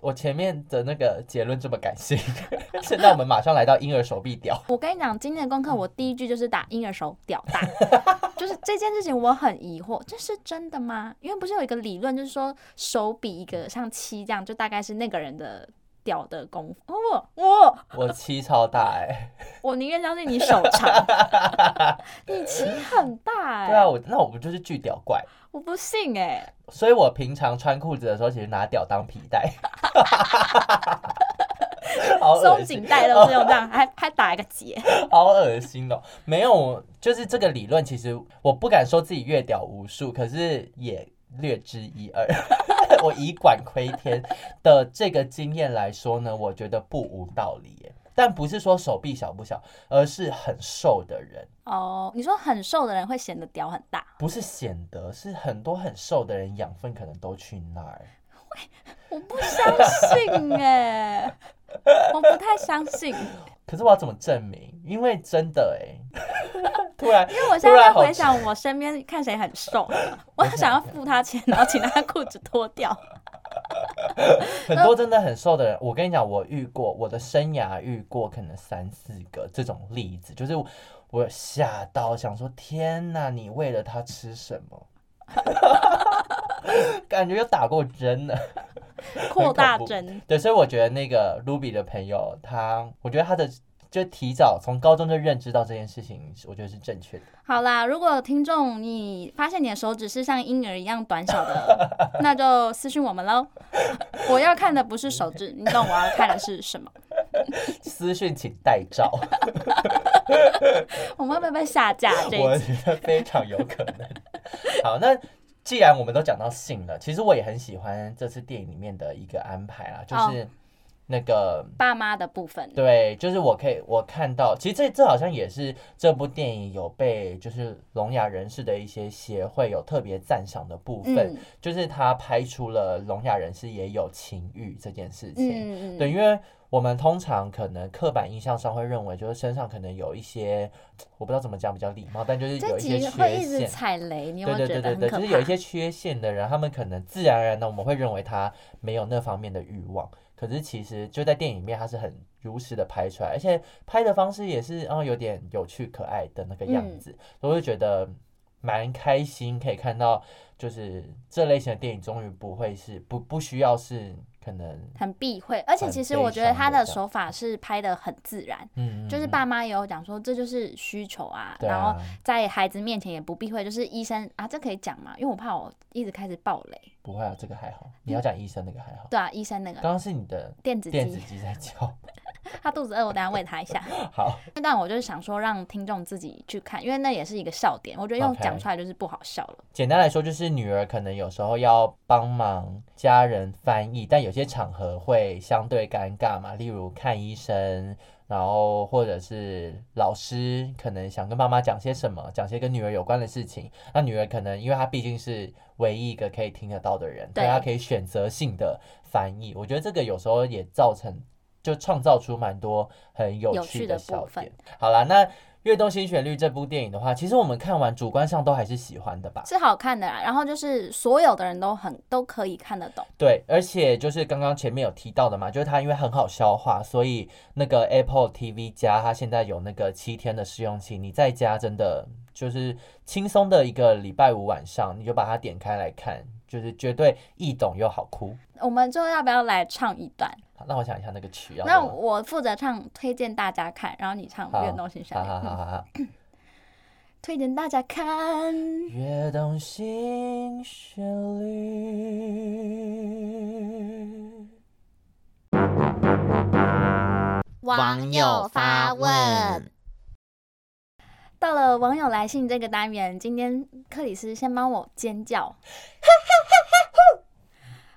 [SPEAKER 2] 我前面的那个结论这么感性， (laughs) 现在我们马上来到婴儿手臂屌。 (laughs)
[SPEAKER 1] 我跟你讲，今天的功
[SPEAKER 2] 嗯
[SPEAKER 1] 课我第一句就是打婴儿手屌大，
[SPEAKER 2] (laughs)
[SPEAKER 1] 就是这件事情我很疑惑，这是真的吗？因为不是有一个理论，就是说手比一个像七这样，就大概是那个人的屌的功夫。哦，我
[SPEAKER 2] 我七超大哎、
[SPEAKER 1] 我宁愿相信你手
[SPEAKER 2] (laughs)
[SPEAKER 1] 长，你七很大哎、
[SPEAKER 2] 对啊，我那我不就是巨屌怪？
[SPEAKER 1] 我不信哎、
[SPEAKER 2] 所以我平常穿裤子的时候，其实拿屌当皮带。 (laughs) 好恶
[SPEAKER 1] 松
[SPEAKER 2] 心
[SPEAKER 1] 紧带都是用这样，还还打一个结。
[SPEAKER 2] (laughs) 好恶心哦！没有，就是这个理论，其实我不敢说自己阅屌无数，可是也略知一二。 (laughs) 我以管窥天的这个经验来说呢，我觉得不无道理耶。但不是说手臂小不小，而是很瘦的人，
[SPEAKER 1] 哦，你说很瘦的人会显得屌很大，
[SPEAKER 2] 不是显得是很多很瘦的人养分可能都去那儿。
[SPEAKER 1] 我不相信哎、
[SPEAKER 2] (laughs)
[SPEAKER 1] 我不太相信，
[SPEAKER 2] 可是我要怎么证明？因为真的哎， (laughs) 突然
[SPEAKER 1] 因为我现在在回想我身边看谁很瘦，我想要付他钱，然后请他裤子脱
[SPEAKER 2] (laughs)
[SPEAKER 1] 掉。
[SPEAKER 2] 很多真的很瘦的人，我跟你讲，我遇过，我的生涯遇过可能三四个这种例子，就是我我吓到想说，天哪，你喂了他吃什么？ (laughs) 感觉又打过针了，
[SPEAKER 1] 扩大
[SPEAKER 2] 很恐怖
[SPEAKER 1] 针，
[SPEAKER 2] 对，所以我觉得那个 Ruby 的朋友，他，我觉得他的就提早从高中就认知到这件事情，我觉得是正确的。
[SPEAKER 1] 好啦，如果听众你发现你的手指是像婴儿一样短小的， (laughs) 那就私信我们喽。 (laughs) 我要看的不是手指，你懂我要看的
[SPEAKER 2] (laughs)
[SPEAKER 1] 是什么？
[SPEAKER 2] 私讯请代照，
[SPEAKER 1] 我们会不会被下架这
[SPEAKER 2] 我
[SPEAKER 1] 一集？
[SPEAKER 2] 觉得非常有可能。 (laughs) 好，那既然我们都讲到性了，其实我也很喜欢这次电影里面的一个安排啦，
[SPEAKER 1] 哦
[SPEAKER 2] 就是那个、
[SPEAKER 1] 爸妈的部分，
[SPEAKER 2] 对，就是我可以我看到，其实这这好像也是这部电影有被就是聋哑人士的一些协会有特别赞赏的部分，
[SPEAKER 1] 嗯
[SPEAKER 2] 就是他拍出了聋哑人士也有情欲这件事情。
[SPEAKER 1] 嗯
[SPEAKER 2] 对，
[SPEAKER 1] 嗯，
[SPEAKER 2] 因为我们通常可能刻板印象上会认为，就是身上可能有一些，我不知道怎么讲比较礼貌，但就是有
[SPEAKER 1] 这
[SPEAKER 2] 一些
[SPEAKER 1] 集会
[SPEAKER 2] 缺
[SPEAKER 1] 一直
[SPEAKER 2] 陷。
[SPEAKER 1] 踩雷，你有
[SPEAKER 2] 对
[SPEAKER 1] 没
[SPEAKER 2] 对
[SPEAKER 1] 有觉
[SPEAKER 2] 对
[SPEAKER 1] 得
[SPEAKER 2] 对
[SPEAKER 1] 很
[SPEAKER 2] 对，
[SPEAKER 1] 可怕？
[SPEAKER 2] 就是有一些缺陷的人，他们可能自然而然的我们会认为他没有那方面的欲望，可是其实就在电影里面，他是很如实的拍出来，而且拍的方式也是啊、哦、有点有趣可爱的那个样
[SPEAKER 1] 嗯
[SPEAKER 2] 子，我就觉得蛮开心，可以看到就是这类型的电影终于不会是不不需要是可能
[SPEAKER 1] 很避讳，而且
[SPEAKER 2] 很
[SPEAKER 1] 其实
[SPEAKER 2] 悲
[SPEAKER 1] 我觉得
[SPEAKER 2] 伤
[SPEAKER 1] 他
[SPEAKER 2] 的
[SPEAKER 1] 的
[SPEAKER 2] 这样
[SPEAKER 1] 手法是拍的很自然，
[SPEAKER 2] 嗯，
[SPEAKER 1] 就是
[SPEAKER 2] 嗯
[SPEAKER 1] 爸妈也有讲说这就是需求啊，
[SPEAKER 2] 对
[SPEAKER 1] 然后
[SPEAKER 2] 啊
[SPEAKER 1] 在孩子面前也不避讳，就是医生啊，这可以讲嘛，因为我怕我一直开始爆雷，
[SPEAKER 2] 不会啊，这个还好。你要讲医生那个还好，
[SPEAKER 1] 对啊，医生那
[SPEAKER 2] 刚 (laughs)
[SPEAKER 1] 个
[SPEAKER 2] 刚是你的
[SPEAKER 1] 嗯电子
[SPEAKER 2] 电子
[SPEAKER 1] 机，
[SPEAKER 2] 机在叫。 (laughs)
[SPEAKER 1] 他肚子饿，我等下喂他一下。
[SPEAKER 2] 好，
[SPEAKER 1] 那段我就是想说让听众自己去看，因为那也是一个笑点，我觉得用
[SPEAKER 2] OK
[SPEAKER 1] 讲出来就是不好笑了。
[SPEAKER 2] 简单来说就是女儿可能有时候要帮忙家人翻译，但有些场合会相对尴尬嘛，例如看医生，然后或者是老师可能想跟妈妈讲些什么，讲些跟女儿有关的事情。那女儿可能因为她毕竟是唯一一个可以听得到的人，所
[SPEAKER 1] 对
[SPEAKER 2] 以她可以选择性的翻译。我觉得这个有时候也造成。就创造出蛮多很有
[SPEAKER 1] 有趣
[SPEAKER 2] 趣
[SPEAKER 1] 的
[SPEAKER 2] 的
[SPEAKER 1] 部
[SPEAKER 2] 小
[SPEAKER 1] 分
[SPEAKER 2] 点。好啦，那《跃动新旋律》这部电影的话，其实我们看完主观上都还是喜欢的吧。
[SPEAKER 1] 是好看的啦，然后就是所有的人都很都可以看得懂，
[SPEAKER 2] 对，而且就是刚刚前面有提到的嘛，就是它因为很好消化，所以那个 Apple TV 加它现在有那个七天的试用期，你在家真的就是轻松的一个礼拜五晚上，你就把它点开来看，就是绝对易懂又好哭。
[SPEAKER 1] 我们最后要不要来唱一段？
[SPEAKER 2] 好，那我想一下那个曲要
[SPEAKER 1] 那
[SPEAKER 2] 怎么
[SPEAKER 1] 我负责唱，推荐大家看，然后你唱《
[SPEAKER 2] 好
[SPEAKER 1] 运动型
[SPEAKER 2] 好
[SPEAKER 1] 旋律
[SPEAKER 2] 好》好
[SPEAKER 1] 嗯，
[SPEAKER 2] 好好，
[SPEAKER 1] 推荐大家看。
[SPEAKER 2] 跃动新旋律。网友发问。
[SPEAKER 1] 到了网友来信这个单元，今天克里斯先帮我
[SPEAKER 2] (laughs)
[SPEAKER 1] 尖叫，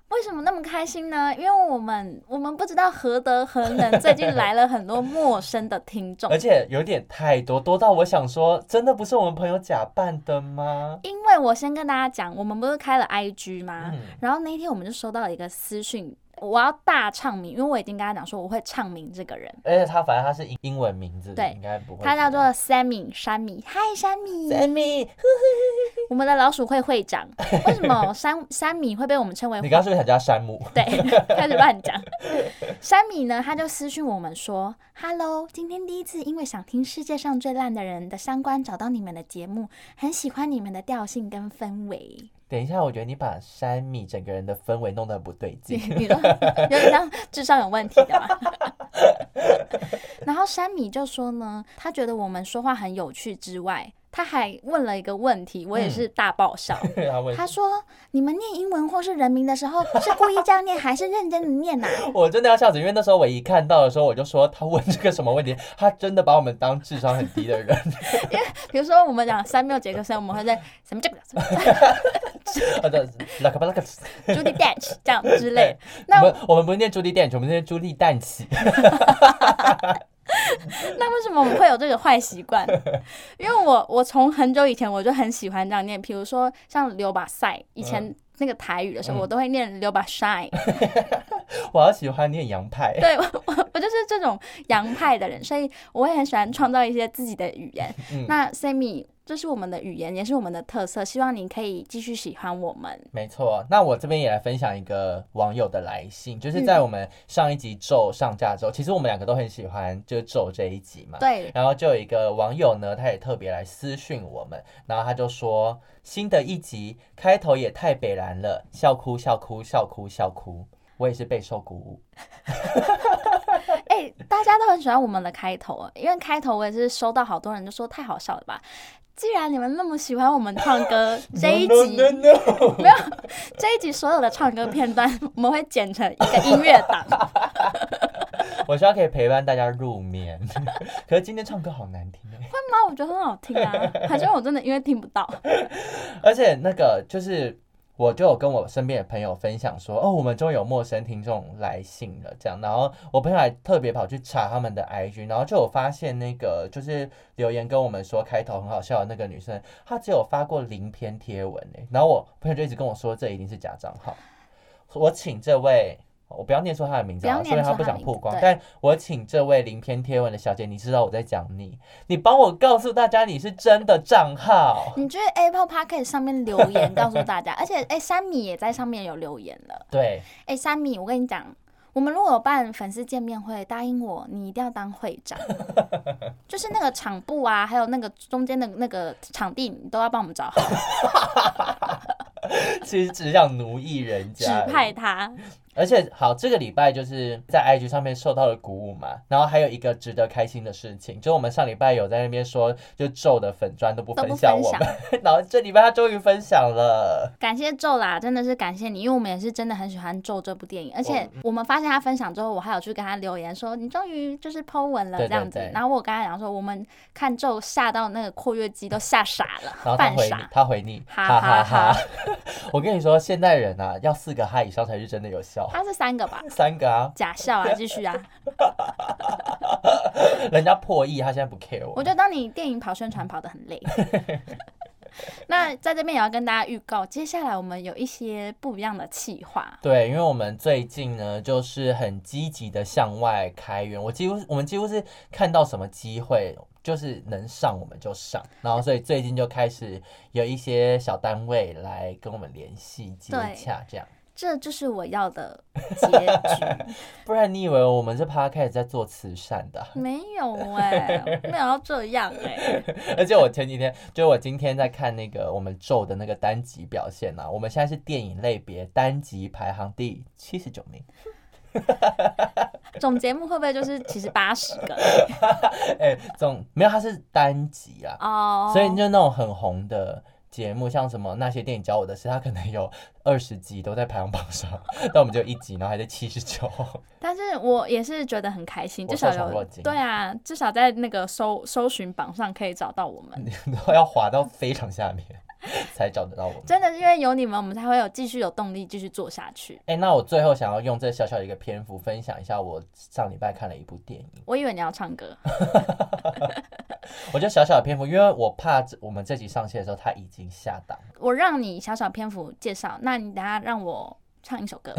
[SPEAKER 1] 为什么那么开心呢？因为我们我们不知道何德何
[SPEAKER 2] (laughs)
[SPEAKER 1] 能，最近来了很多陌生的听众
[SPEAKER 2] 而，且有点太多，多到我想说，真的不是我们朋友假扮的吗？
[SPEAKER 1] 因为我先跟大家讲，我们不是开了 IG 吗？
[SPEAKER 2] 嗯
[SPEAKER 1] 然后那一天我们就收到了一个私讯，我要大唱名，因为我已经跟他讲说我会唱名这个人，
[SPEAKER 2] 而且他反正他是英英文名字，
[SPEAKER 1] 对
[SPEAKER 2] 应该不会。
[SPEAKER 1] 他叫做 Sammy 山米，嗨山米，
[SPEAKER 2] Sammy，
[SPEAKER 1] 我们的老鼠会
[SPEAKER 2] (laughs)
[SPEAKER 1] 会长。为什么山山米会被我们称为
[SPEAKER 2] 你刚刚是不是想叫山姆？
[SPEAKER 1] 对， (laughs) 开始乱讲。山米呢，他就私讯我们说：“Hello，今天第一次因为想听世界上最烂的人的相关找到你们的节目，很喜欢你们的调性跟
[SPEAKER 2] (laughs)
[SPEAKER 1] 氛围。
[SPEAKER 2] 等一下，我觉得你把山米整个人的氛围弄得很不对
[SPEAKER 1] 你
[SPEAKER 2] 劲。
[SPEAKER 1] 你说有点像智商有问题的嘛。 (laughs) 然后山米就说呢，他觉得我们说话很有趣之外，他还问了一个问题，我也
[SPEAKER 2] 嗯
[SPEAKER 1] 是大爆笑。
[SPEAKER 2] (laughs) 他问
[SPEAKER 1] 他说：“你们念英文或是人名的时候，是故意这样念，还是认真的念呐、
[SPEAKER 2] 我真的要笑死，因为那时候我一看到的时候，我就说他问这个什么问题，他真的把我们当智商很低的人，
[SPEAKER 1] 比如说我们讲三缪杰克森，我们会在什么这个什么
[SPEAKER 2] 呃， (laughs) 对拉克巴拉克，
[SPEAKER 1] 朱迪 Dench 这样之类。
[SPEAKER 2] 我
[SPEAKER 1] 那
[SPEAKER 2] 们我们不是念朱莉蛋，我们念朱莉蛋起，
[SPEAKER 1] 那为什么我们会有这个坏习惯？因为我我从很久以前我就很喜欢这样念，比如说像刘把赛，以前那个台语的时候，
[SPEAKER 2] 嗯
[SPEAKER 1] 我都会念刘把 shine。
[SPEAKER 2] (laughs) 我好喜欢念洋派，
[SPEAKER 1] 对我我我就是这种洋派的人，所以我会很喜欢创造一些自己的语言。
[SPEAKER 2] 嗯
[SPEAKER 1] 那 Sammy，这是我们的语言，也是我们的特色，希望你可以继续喜欢我们。
[SPEAKER 2] 没错，啊那我这边也来分享一个网友的来信，就是
[SPEAKER 1] 嗯
[SPEAKER 2] 在我们上一集《咒》上架之后，其实我们两个都很喜欢就是《咒》这一集嘛。
[SPEAKER 1] 对，
[SPEAKER 2] 然后就有一个网友呢，他也特别来私讯我们，然后他就说新的一集开头也太北然了，笑哭笑哭笑哭笑哭，我也是备受鼓舞。
[SPEAKER 1] 哎、大家都很喜欢我们的开头啊，因为开头我也是收到好多人就说太好笑了吧。既然你们那么喜欢我们唱歌，这一集
[SPEAKER 2] No, no, no, no
[SPEAKER 1] 这一集所有的唱歌片段， (laughs) 我们会剪成一个音乐档。
[SPEAKER 2] (laughs) 我希望可以陪伴大家入眠。 (laughs) 可是今天唱歌好难听哎、
[SPEAKER 1] 那我觉得很好听啊，还是我真的因为听不到。
[SPEAKER 2] 而且那个就是，我就有跟我身边的朋友分享说，哦，我们终于有陌生听众来信了，这样。然后我朋友还特别跑去查他们的 IG，然后就有发现那个就是留言跟我们说开头很好笑的那个女生，她只有发过零篇贴文诶、然后我朋友就一直跟我说，这一定是假账号。我请这位。我不要念错她的名字啊，
[SPEAKER 1] 不要
[SPEAKER 2] 虽
[SPEAKER 1] 念
[SPEAKER 2] 然
[SPEAKER 1] 错
[SPEAKER 2] 她不
[SPEAKER 1] 她的
[SPEAKER 2] 想
[SPEAKER 1] 名
[SPEAKER 2] 曝
[SPEAKER 1] 字
[SPEAKER 2] 光
[SPEAKER 1] 对，
[SPEAKER 2] 但我请这位零篇贴文的小姐，你知道我在讲你，你帮我告诉大家你是真的账号。
[SPEAKER 1] 你去 Apple Podcast 上面留言告诉大家，而且哎、三米也在上面有留言了。
[SPEAKER 2] 对，
[SPEAKER 1] 哎、三米，我跟你讲，我们如果有办粉丝见面会，答应我，你一定要当会
[SPEAKER 2] (laughs)
[SPEAKER 1] 长，就是那个场部啊，还有那个中间的那个场地，你都要帮我们找好，
[SPEAKER 2] 其实只想奴役人
[SPEAKER 1] 指
[SPEAKER 2] 家，
[SPEAKER 1] 派他。
[SPEAKER 2] 而且好，这个礼拜就是在 IG 上面受到了鼓舞嘛，然后还有一个值得开心的事情，就是我们上礼拜有在那边说，就咒的粉砖都不
[SPEAKER 1] 都不
[SPEAKER 2] 分享我们， (laughs) 然后这礼拜他终于分享了，
[SPEAKER 1] 感谢咒啦，真的是感谢你，因为我们也是真的很喜欢咒这部电影，而
[SPEAKER 2] 哦
[SPEAKER 1] 且我们发现他分享之后，我还有去跟他留言说你终于就是 Po 文了
[SPEAKER 2] 对对
[SPEAKER 1] 这样子，
[SPEAKER 2] 对
[SPEAKER 1] 然后我跟他讲说我们看咒吓到那个括约肌都吓傻
[SPEAKER 2] 然
[SPEAKER 1] 了，
[SPEAKER 2] 后他
[SPEAKER 1] 犯
[SPEAKER 2] 回
[SPEAKER 1] 傻。
[SPEAKER 2] 他回你，
[SPEAKER 1] 哈
[SPEAKER 2] 哈
[SPEAKER 1] 哈哈
[SPEAKER 2] 哈 (laughs) 我跟你说，现代人啊，要四个哈以上才是真的有效，？
[SPEAKER 1] 他是三个吧
[SPEAKER 2] 三个啊，
[SPEAKER 1] 假笑啊，继续啊！
[SPEAKER 2] 人家破亿，他现在不 care 我
[SPEAKER 1] 我。就当你电影跑宣传跑得
[SPEAKER 2] (laughs)
[SPEAKER 1] 很累。那在这边也要跟大家预告，接下来我们有一些不一样的企划。
[SPEAKER 2] 对，因为我们最近呢，就是很积极的向外开源，我几乎我们几乎是看到什么机会，就是能上我们就上，然后所以最近就开始有一些小单位来跟我们联系接
[SPEAKER 1] 对
[SPEAKER 2] 洽，这样，
[SPEAKER 1] 这就是我要的结局，
[SPEAKER 2] 不然你以为我们是 podcast 在做慈善的啊？
[SPEAKER 1] 没有哎、没有要这样哎、
[SPEAKER 2] 而且我前几天，就我今天在看那个我们咒的那个单集表现呐、我们现在是电影类别单集排行第七十九名，
[SPEAKER 1] 总节目会不会就是其实八十个
[SPEAKER 2] 哎、总没有它是单集啊，
[SPEAKER 1] 哦？
[SPEAKER 2] 所以就那种很红的节目，像什么那些电影教我的事，它可能有 (laughs) 二十集都在排行榜上， (laughs) 但我们就一集，然后还在七十九。 (laughs)
[SPEAKER 1] 但是我也是觉得很开心，
[SPEAKER 2] 我
[SPEAKER 1] 至少
[SPEAKER 2] 受宠若
[SPEAKER 1] 有
[SPEAKER 2] 惊
[SPEAKER 1] 对啊，至少在那个搜搜寻榜上可以找到我们。
[SPEAKER 2] 你都要滑到非常下面才找得到我们。
[SPEAKER 1] 真的是因为有你们，我们才会有继续有动力继续做下去。
[SPEAKER 2] 哎、那我最后想要用这小小一个篇幅分享一下，我上礼拜看了一部电影，
[SPEAKER 1] 我以为你要唱歌，
[SPEAKER 2] 我就小小的篇幅，因为我怕这我们这集上线的时候它已经下档了。
[SPEAKER 1] 我让你小小篇幅介绍，那你等下让我唱一首歌，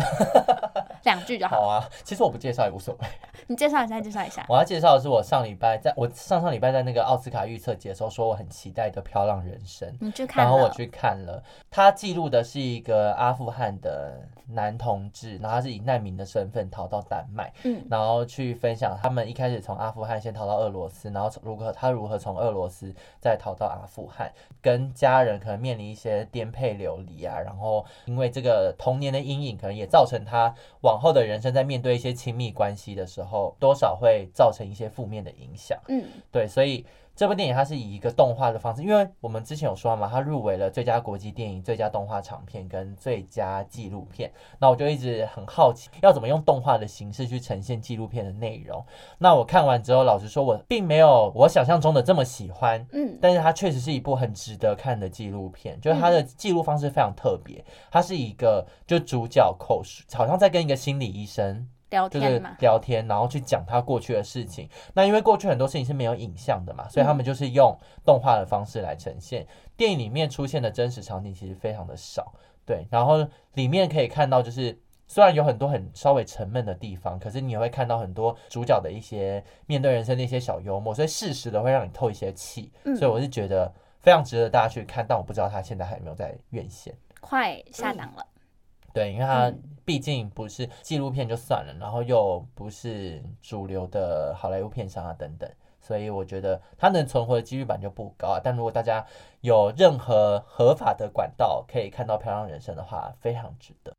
[SPEAKER 2] (laughs)
[SPEAKER 1] 两句就好。
[SPEAKER 2] 好啊，其实我不介绍也无所谓。
[SPEAKER 1] 你介绍一下，介绍一下。
[SPEAKER 2] 我要介绍的是我上礼拜在我上上礼拜在那个奥斯卡预测节的时候说我很期待的《飘浪人生》。
[SPEAKER 1] 你去看
[SPEAKER 2] 然后我
[SPEAKER 1] 了，
[SPEAKER 2] 去看了，他记录的是一个阿富汗的男同志，然后他是以难民的身份逃到丹麦，
[SPEAKER 1] 嗯，
[SPEAKER 2] 然后去分享他们一开始从阿富汗先逃到俄罗斯，然后从如何他如何从俄罗斯再逃到阿富汗，跟家人可能面临一些颠沛流离啊，然后因为这个童年的阴影，可能也造成他往后的人生在面对一些亲密关系的时候，多少会造成一些负面的影响。
[SPEAKER 1] 嗯，
[SPEAKER 2] 对，所以这部电影它是以一个动画的方式，因为我们之前有说嘛，它入围了最佳国际电影、最佳动画长片跟最佳纪录片。那我就一直很好奇，要怎么用动画的形式去呈现纪录片的内容。那我看完之后，老实说，我并没有我想象中的这么喜欢。
[SPEAKER 1] 嗯，
[SPEAKER 2] 但是它确实是一部很值得看的纪录片，就是它的记录方式非常特别，它是一个就主角口述，好像在跟一个心理医生
[SPEAKER 1] 聊
[SPEAKER 2] 就
[SPEAKER 1] 天
[SPEAKER 2] 是
[SPEAKER 1] 嘛，
[SPEAKER 2] 聊天，然后去讲他过去的事情。那因为过去很多事情是没有影像的嘛，所
[SPEAKER 1] 嗯
[SPEAKER 2] 以他们就是用动画的方式来呈现。电影里面出现的真实场景其实非常的少，对，然后里面可以看到就是。虽然有很多很稍微沉闷的地方，可是你也会看到很多主角的一些面对人生的一些小幽默，所以适时的会让你透一些气。
[SPEAKER 1] 嗯
[SPEAKER 2] 所以我是觉得非常值得大家去看，但我不知道他现在还有没有在院线。
[SPEAKER 1] 快下档了。
[SPEAKER 2] 对，因为它
[SPEAKER 1] 嗯
[SPEAKER 2] 毕竟不是纪录片就算了，然后又不是主流的好莱坞片商啊等等，所以我觉得它能存活的几率本来就不高啊。但如果大家有任何合法的管道可以看到《漂亮人生》的话，非常值得。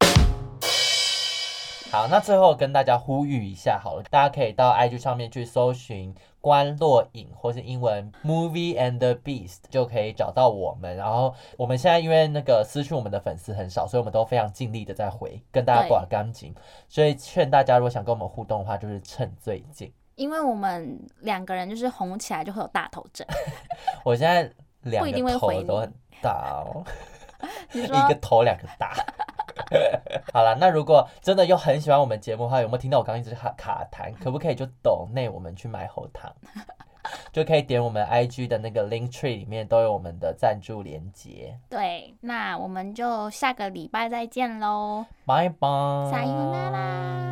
[SPEAKER 2] 好，那最后跟大家呼吁一下好了，大家可以到 IG 上面去搜寻“关落影”或是英文 “Movie and the Beast” 就可以找到我们。然后我们现在因为那个私讯我们的粉丝很少，所以我们都非常尽力的在回，跟大家
[SPEAKER 1] 对
[SPEAKER 2] 挂干净。所以劝大家，如果想跟我们互动的话，就是趁最近。
[SPEAKER 1] 因为我们两个人就是红起来就会有大头症，
[SPEAKER 2] 我现在两
[SPEAKER 1] 不一定
[SPEAKER 2] 个
[SPEAKER 1] 会回
[SPEAKER 2] 头都
[SPEAKER 1] 你
[SPEAKER 2] 很大
[SPEAKER 1] (laughs)
[SPEAKER 2] 哦。(laughs)
[SPEAKER 1] 你
[SPEAKER 2] 一个
[SPEAKER 1] 说
[SPEAKER 2] 头两个大。好了，那如果真的又很喜欢我们节目的话，有没有听到我刚刚一直卡卡痰？可不可以就抖内我们去买喉
[SPEAKER 1] (laughs)
[SPEAKER 2] 糖？就可以点我们 IG 的那个 Link Tree 里面都有我们的赞助连接。
[SPEAKER 1] 对，那我们就下个礼拜再见喽，
[SPEAKER 2] 拜拜，
[SPEAKER 1] 撒由那啦。